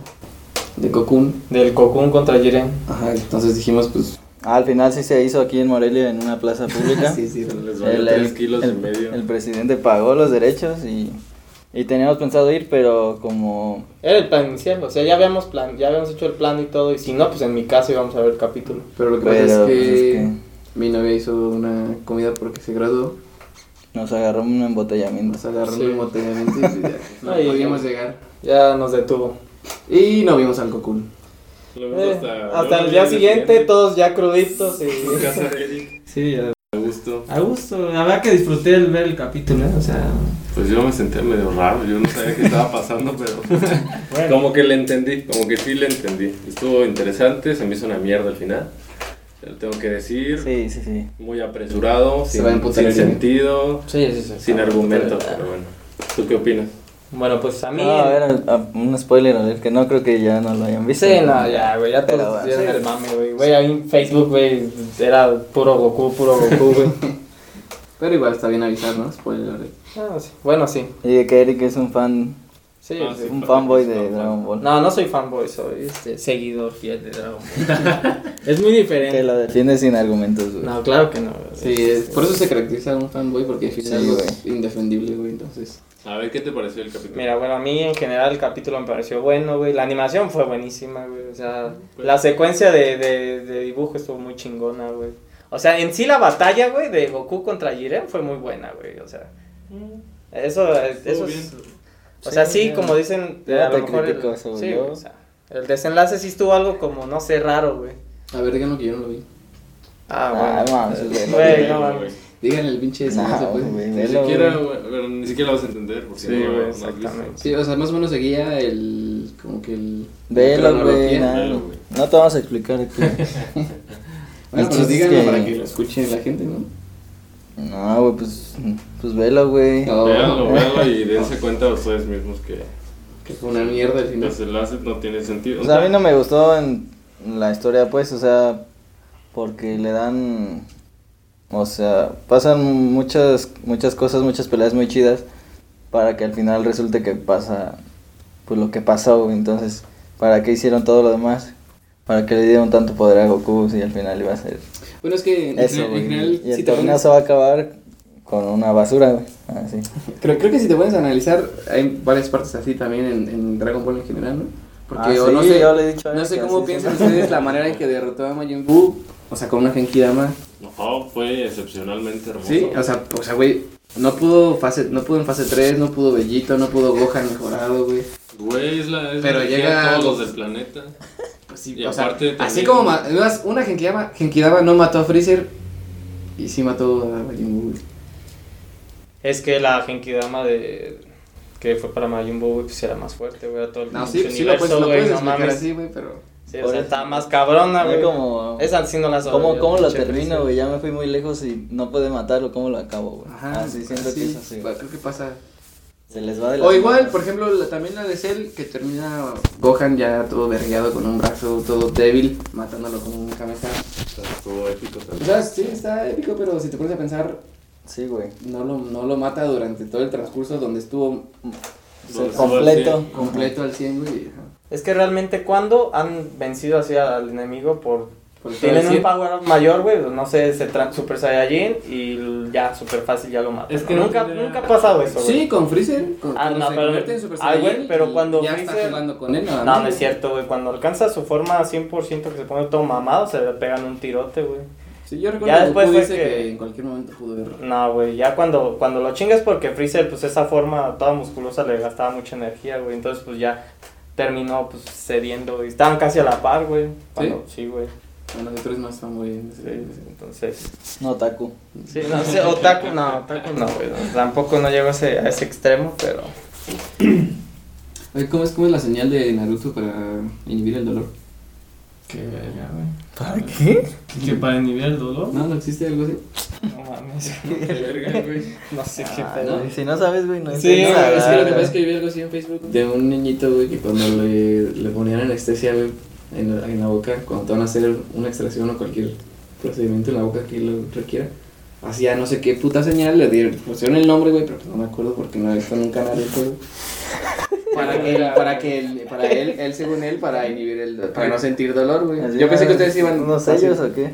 S3: de Cocoon,
S4: Del Cocoon contra Jiren.
S3: ajá, entonces dijimos, pues.
S1: Ah, al final sí se hizo aquí en Morelia en una plaza pública.
S3: Ah, Sí, sí,
S2: Les valió tres kilos
S1: el-
S2: y medio.
S1: el presidente pagó los derechos y, y teníamos pensado ir, pero como
S4: Era el plan inicial, o sea, ya habíamos plan, ya habíamos hecho el plan y todo, y si no, pues en mi caso íbamos a ver el capítulo.
S3: Pero lo que
S1: Pero,
S3: pasa es
S1: pues,
S3: que,
S1: es
S3: mi novia hizo una comida porque se graduó,
S1: nos agarró un embotellamiento.
S3: nos agarró
S4: Sí.
S3: un embotellamiento y pues, ya, no
S4: Ay,
S3: podíamos
S4: ya.
S3: llegar.
S4: Ya nos detuvo.
S3: Y no vimos al Cocoon.
S2: Lo vimos
S4: Eh,
S2: hasta,
S4: hasta
S2: luego
S4: el día siguiente,
S2: todo.
S4: todos ya cruditos y...
S2: Casa de Eric.
S9: Sí, a,
S2: A gusto.
S9: a gusto. La verdad que disfruté el ver el capítulo, ¿eh? O sea,
S2: Pues yo me senté medio raro. Yo no sabía qué estaba pasando, pero. Como que le entendí, como que sí le entendí. Estuvo interesante, se me hizo una mierda al final. Lo tengo que decir.
S1: Sí, sí, sí.
S2: Muy apresurado,
S3: Se
S2: sin,
S3: va a emputar
S2: sin
S3: el cine.
S2: sentido,
S4: Sí, sí, sí.
S9: Ah,
S2: sin argumento, pero bueno. ¿Tú qué opinas?
S4: Bueno, pues a mí...
S1: No, a ver, a- a- un spoiler, a ver, que no creo que ya no lo hayan visto.
S4: Sí, no, ya, güey, ya
S1: Pero
S4: todos
S1: bueno,
S4: hicieron
S1: sí.
S4: el mame, güey. Güey, ahí en Facebook, güey, era puro Goku, puro Goku, güey.
S3: Pero igual está bien avisar, ¿no? Spoiler alert.
S4: Ah, sí. Bueno, sí.
S1: Y de que Eric es un fan,
S4: Sí,
S2: Ah,
S4: sí.
S2: sí.
S1: un fanboy de Dragon Ball.
S4: No, no soy fanboy, soy este, seguidor fiel de Dragon Ball. es muy
S1: Que
S4: diferente.
S1: lo defiende sin argumentos, güey.
S4: No, claro que no. Este, güey.
S3: Sí, es- por eso se caracteriza a un fanboy porque al final
S1: Sí,
S3: algo
S1: güey.
S3: indefendible, güey, entonces.
S2: A ver, ¿qué te pareció el capítulo?
S4: Mira, bueno, a mí en general el capítulo me pareció bueno, güey. La animación fue buenísima, güey. O sea,
S2: Pues-
S4: la secuencia de, de, de dibujo estuvo muy chingona, güey. O sea, en sí la batalla, güey, de Goku contra Jiren fue muy buena, güey. O sea, eso, es- eso
S2: Mm. Estuvo
S4: es...
S2: bien.
S4: O sea,
S1: Sí,
S4: sí,
S1: ya.
S4: como dicen...
S1: Ya
S4: a
S1: te
S4: lo mejor el-
S1: criticó eso,
S4: sí,
S1: yo.
S4: güey, o sea, el desenlace sí estuvo algo como, no sé, raro, güey.
S3: A ver, díganlo que yo no lo vi.
S1: Ah,
S4: Ah, bueno.
S1: mames, es de-
S4: Güey, no
S2: Bueno,
S4: mames.
S2: güey.
S3: Díganle el pinche desenlace,
S1: No,
S3: pues.
S1: Ah, güey,
S2: Ni
S1: velo,
S2: siquiera,
S1: güey.
S2: güey, pero ni siquiera lo vas a entender porque
S4: Sí,
S2: no,
S4: güey,
S2: no has visto.
S4: exactamente.
S3: Sí, o sea, más o menos seguía el como que el... la
S1: Velo, güey.
S3: cronología.
S1: nada.
S2: Velo, güey.
S1: No te vamos a explicar aquí.
S3: Bueno,
S1: El
S3: pues
S1: chiste es
S3: díganlo
S1: que-
S3: para que lo escuche la gente, ¿no?
S1: No, güey, pues, pues velo, güey.
S3: No.
S2: Véanlo, véanlo y dense cuenta ustedes mismos que
S3: Que fue una mierda el final.
S2: los enlaces no tienen sentido.
S1: O sea, a mí no me gustó en la historia, pues, o sea, porque le dan, o sea, pasan muchas, muchas cosas, muchas peleas muy chidas para que al final resulte que pasa, pues, lo que pasó, güey. entonces, ¿para qué hicieron todo lo demás? ¿Para qué le dieron tanto poder a Goku si al final iba a ser
S3: Bueno, es que en,
S1: eso,
S3: general- en
S1: güey?
S3: general,
S1: Y
S3: si
S1: el
S3: te
S1: torneo
S3: pones-
S1: se va a acabar con una basura, güey, Ah, así.
S3: creo, creo que si te pones a analizar, hay varias partes así también en, en Dragon Ball en general, ¿no? Porque
S1: Ah,
S3: yo
S1: sí,
S3: no sé,
S1: yo le he dicho a él
S3: no sé
S1: que
S3: cómo
S1: así
S3: piensan
S1: son.
S3: ustedes la manera en que derrotó a Majin Buu, o sea, con una Genki Dama.
S2: No, fue excepcionalmente hermoso.
S3: Sí, o sea, o sea, güey, no pudo fase, no pudo en fase 3, no pudo Bellito, no pudo Gohan mejorado, güey.
S2: Güey, es la. Es
S3: Pero
S2: la energía
S3: llega
S2: de
S3: a
S2: todos
S3: los-
S2: los del planeta.
S3: Pues sí,
S2: Y
S3: o sea,
S2: aparte
S3: así
S2: también-
S3: como ma- además, una Genkidama, Genkidama no mató a Freezer y sí mató a Majin Buu. güey.
S1: Pues
S4: Es que la Genkidama de que fue para Majin Buu, güey, pues era más fuerte, güey, a todo el
S3: No,
S4: pinche
S3: sí, sí lo puedes, lo
S4: güey,
S3: puedes
S4: no
S3: explicar
S4: mames.
S3: así, güey, pero
S4: Sí, o sea, está más cabrona,
S1: Ya
S4: güey.
S1: como-
S4: Esa sí no la sabe.
S1: ¿Cómo,
S4: yo,
S1: cómo lo
S4: pinche
S1: termino,
S4: Freezer.
S1: güey? Ya me fui muy lejos y no pude matarlo, ¿cómo lo acabo, güey?
S3: ajá,
S1: así Ah, siento
S3: así,
S1: que es así, güey.
S3: creo que pasa
S1: Se les va de
S3: O
S1: las
S3: igual,
S1: manos.
S3: por ejemplo, la- también la de Cell, que termina Gohan ya todo vergueado con un brazo todo débil, matándolo con un cabeza.
S2: Estuvo épico
S3: O
S2: también.
S3: sea, sí, está épico, pero si te pones a pensar,
S1: Sí, güey.
S3: no lo, no lo mata durante todo el transcurso donde estuvo
S1: O sea,
S2: Donde estuvo
S1: completo.
S3: completo al 100, güey. ajá.
S4: Es que realmente cuando han vencido así al enemigo por
S3: Por estar al
S4: tienen un
S3: 100.
S4: power up mayor, güey, Pues, no sé, se tra- Super Saiyajin y l- ya super fácil ya lo matan.
S2: Es que
S4: ¿no?
S2: no
S4: nunca
S2: tiene-
S4: nunca ha pasado eso, güey.
S3: Sí, con Freezer. Con,
S4: Ah,
S3: cuando
S4: no,
S3: se
S4: pero-
S3: convierte en Super
S4: ah, güey,
S3: Saiyan
S4: pero
S3: y
S4: cuando
S3: ya está
S4: Freezer-
S3: jugando con él, nada
S4: No,
S3: más.
S4: no es cierto, güey. Cuando alcanza su forma 100% que se pone todo mamado, se le pegan un tirote, güey.
S3: Sí, yo recuerdo
S4: Ya
S3: que
S4: después
S3: Goku
S4: fue
S3: dice que...
S4: que
S3: en cualquier momento pudo ver.
S4: No, güey, ya cuando, cuando lo chingas porque Freezer, pues esa forma toda musculosa le gastaba mucha energía, güey. Entonces, pues ya terminó pues cediendo, güey. Estaban casi a la par, güey. cuando- Sí, güey.
S3: Bueno, los tres más están muriendo.
S4: Sí, entonces.
S1: No, Taku.
S4: Sí, no sé, otaku, no, otaku no, güey. no, tampoco no llego a ese, a ese extremo, pero.
S3: Oye, ¿cómo es, ¿cómo es la señal de Naruto para inhibir el dolor?
S9: Qué verga, güey.
S4: ¿Para qué?
S9: Que para nivel el dolor.
S3: No, no existe algo así.
S4: No mames. No sé qué
S1: Ah,
S4: pedo.
S1: no, Si no sabes, güey, no
S4: Sí,
S3: Sí,
S1: entiendes
S3: güey,
S1: nada,
S3: es que lo que pasa
S1: güey.
S3: es que yo vi algo así en Facebook. güey. De un niñito, güey, que cuando le, le ponían anestesia, güey, en la, en la boca, cuando te van a hacer una extracción o cualquier procedimiento en la boca que lo requiera, hacía no sé qué puta señal, le dieron, pusieron el nombre, güey, pero no me acuerdo porque no he visto nunca nadie, güey. Para que, él- para que él, para él, él, según él, para inhibir el do- para no sentir dolor, güey.
S1: Así
S3: Yo pensé que
S1: van
S3: ustedes iban.
S1: ¿Unos
S3: así.
S1: sellos o qué?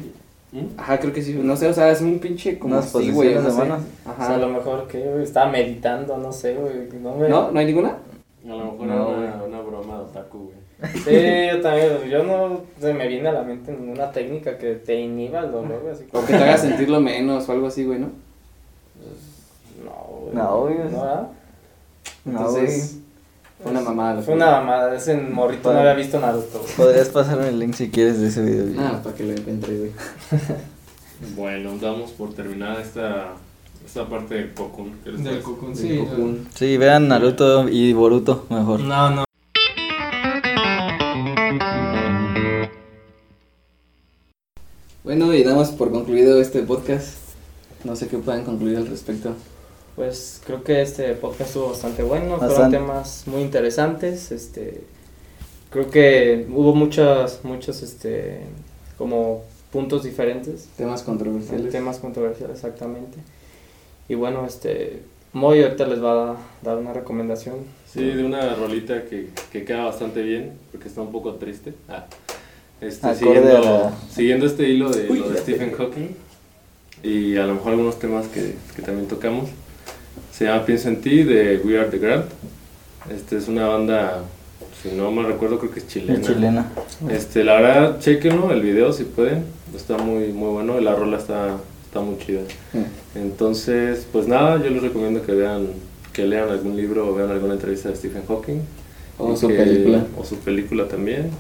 S3: Ajá, creo que sí, no sé, o sea, es un pinche como
S1: Unas
S3: así, güey,
S1: posiciones
S3: no
S1: de
S3: sé.
S1: manos.
S4: O sea, a
S3: Ajá.
S4: lo mejor que güey, estaba meditando, no sé, güey. No, güey.
S3: ¿No? ¿No hay ninguna?
S2: A lo mejor
S1: No,
S2: era una, una broma de otaku, güey.
S4: Sí, yo también. Yo no se me viene a la mente ninguna técnica que te inhiba el dolor, güey. Así
S3: O
S4: como.
S3: que te haga sentirlo menos o algo así, güey, ¿no?
S4: No, güey.
S1: No, güey.
S4: ¿No, ah? verdad?
S1: No, Ah, güey.
S3: Entonces, fue una mamada. lo
S4: Fue
S3: que-
S4: una mamada. Ese morrito no había visto Naruto, güey.
S1: Podrías pasarme el link si quieres de ese video. güey.
S3: Ah, para que lo encuentre, güey.
S2: Bueno, damos por terminada esta, esta parte de Cocoon. ¿Qué les
S9: Del
S2: parece?
S9: cucún,
S3: Del
S9: sí.
S3: Cocoon.
S1: Sí, vean Naruto y Boruto mejor.
S9: No, no.
S3: Bueno, y damos por concluido este podcast. No sé qué puedan concluir al respecto.
S4: Pues creo que este podcast estuvo bastante bueno, fueron
S1: Bastante.
S4: temas muy interesantes, este creo que hubo muchas muchos este como puntos diferentes,
S3: Temas
S4: ¿no?
S3: controversiales.
S4: temas controversiales exactamente. Y bueno, este Moy ahorita les va a dar una recomendación.
S2: Sí, de una rolita que, que queda bastante bien, porque está un poco triste. Ah, este,
S1: Acorde
S2: siguiendo,
S1: a la-
S2: siguiendo este hilo de, lo de Stephen Hawking y a lo mejor algunos temas que, que también tocamos. Se llama Pienso en ti de We Are the Grand. Este es una banda, si no me recuerdo, creo que es
S1: La chilena.
S2: este, la verdad, chequenlo, el video si pueden. Está muy, muy bueno, y la rola está, está muy chida.
S3: Mm.
S2: Entonces, pues nada, yo les recomiendo que vean, que lean algún libro o vean alguna entrevista de Stephen Hawking.
S3: O
S2: Y
S3: su
S2: que-
S3: película.
S2: O su película también.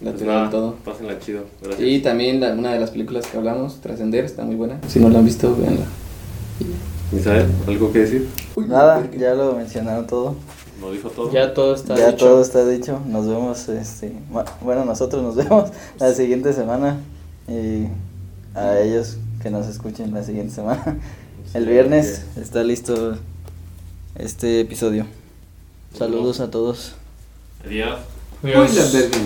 S3: La
S2: Pues
S3: tengo
S2: nada,
S3: en todo.
S2: Pásenla chido. Gracias.
S3: Y también la- una de las películas que hablamos, Trascender, está muy buena. Si no la han visto, véanla.
S2: Misael, ¿algo que decir?
S1: Nada, ya lo mencionaron todo.
S2: Lo dijo todo.
S4: Ya todo está
S1: ya
S4: dicho.
S1: todo está dicho. Nos vemos, este, ma- bueno, nosotros nos vemos la siguiente semana y a ellos que nos escuchen la siguiente semana. El
S2: Sí,
S1: viernes está listo este episodio. Saludos a todos.
S2: Adiós.
S3: Spoiler del game.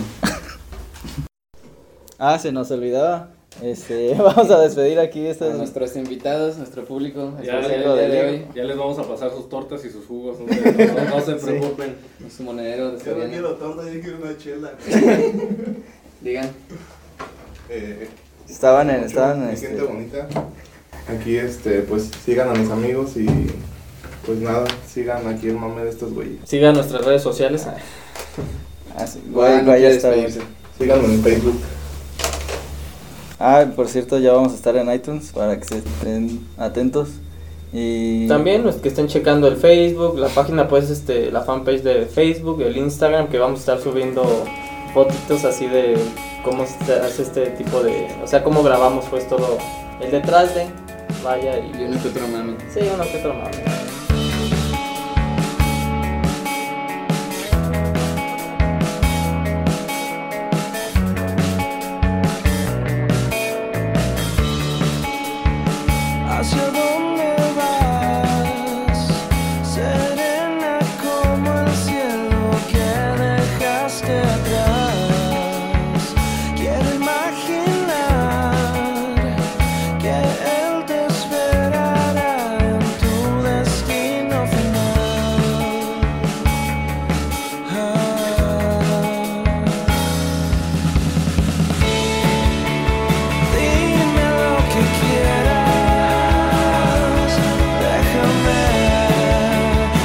S1: Ah, se nos olvidaba. Este, vamos a despedir aquí
S3: A
S1: estas
S3: nuestros invitados, nuestro público,
S2: Ya,
S3: especial el
S1: lo
S3: día de
S1: del-
S3: hoy,
S2: Ya les vamos a pasar sus tortas y sus jugos. No se, no- no se preocupen.
S3: su monedero de
S8: Yo no
S3: Soriana.
S8: quiero torta, yo quiero una chela.
S3: Digan,
S7: Eh,
S1: estaban en
S7: mucho,
S1: estaban en
S7: mi
S1: este-
S7: gente bonita. Aquí, este, pues sigan a mis amigos y pues nada, sigan aquí el mame de estos güeyes.
S4: Sigan nuestras redes sociales.
S1: Ah, sí,
S3: Guay,
S1: Guay,
S3: no
S1: Guay
S3: quiere
S1: está bien.
S3: despedirse.
S7: Síganme en Facebook.
S1: Ah, por cierto, ya vamos a estar en iTunes para que se estén atentos. Y
S4: También los que estén checando el Facebook, la página pues este, la fanpage de Facebook, el Instagram, que vamos a estar subiendo fotitos así de cómo se hace este tipo de, o sea, cómo grabamos pues todo el detrás de, vaya y
S3: yo no te otro mami.
S4: sí, uno que otro mame.
S10: Hacia dónde vas, serena como el cielo que dejaste atrás. Quiero imaginar que él te esperará en tu destino final. Ah. Dime lo que quieras, déjame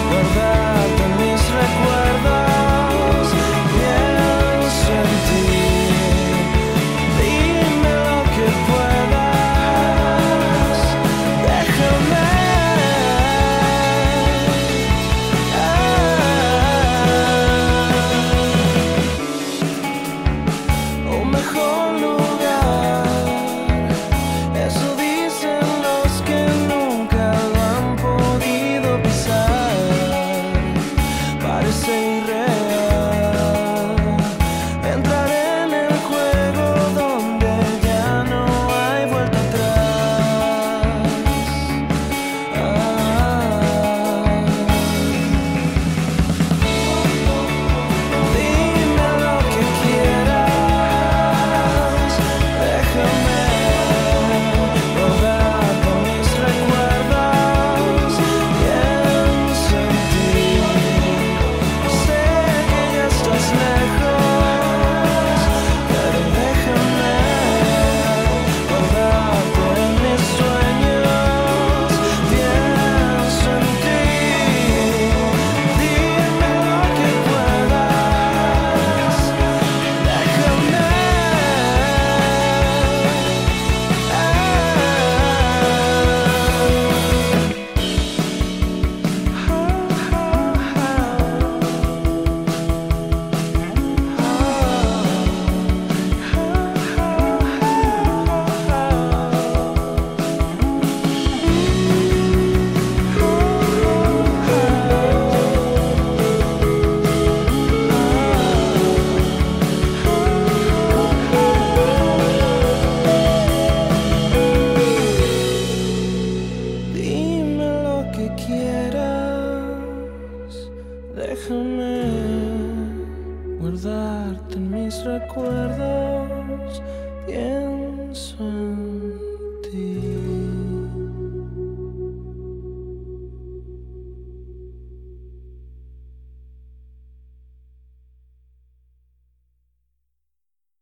S10: guardarte mis recuerdos, pienso en ti. Dime lo que puedas, déjame. Un mejor lugar, eso dicen los que nunca lo han podido pisar. Parece irreal entrar en el juego donde ya no hay vuelta atrás. Ah. Dime lo que quieras, déjame rodar por mis recuerdos, pienso en ti, sé que ya estás lejos, pero déjame rodar por mis sueños, pienso en ti, dime lo que puedas. Déjame. Dime lo que quieras, déjame guardarte en mis recuerdos, pienso en ti.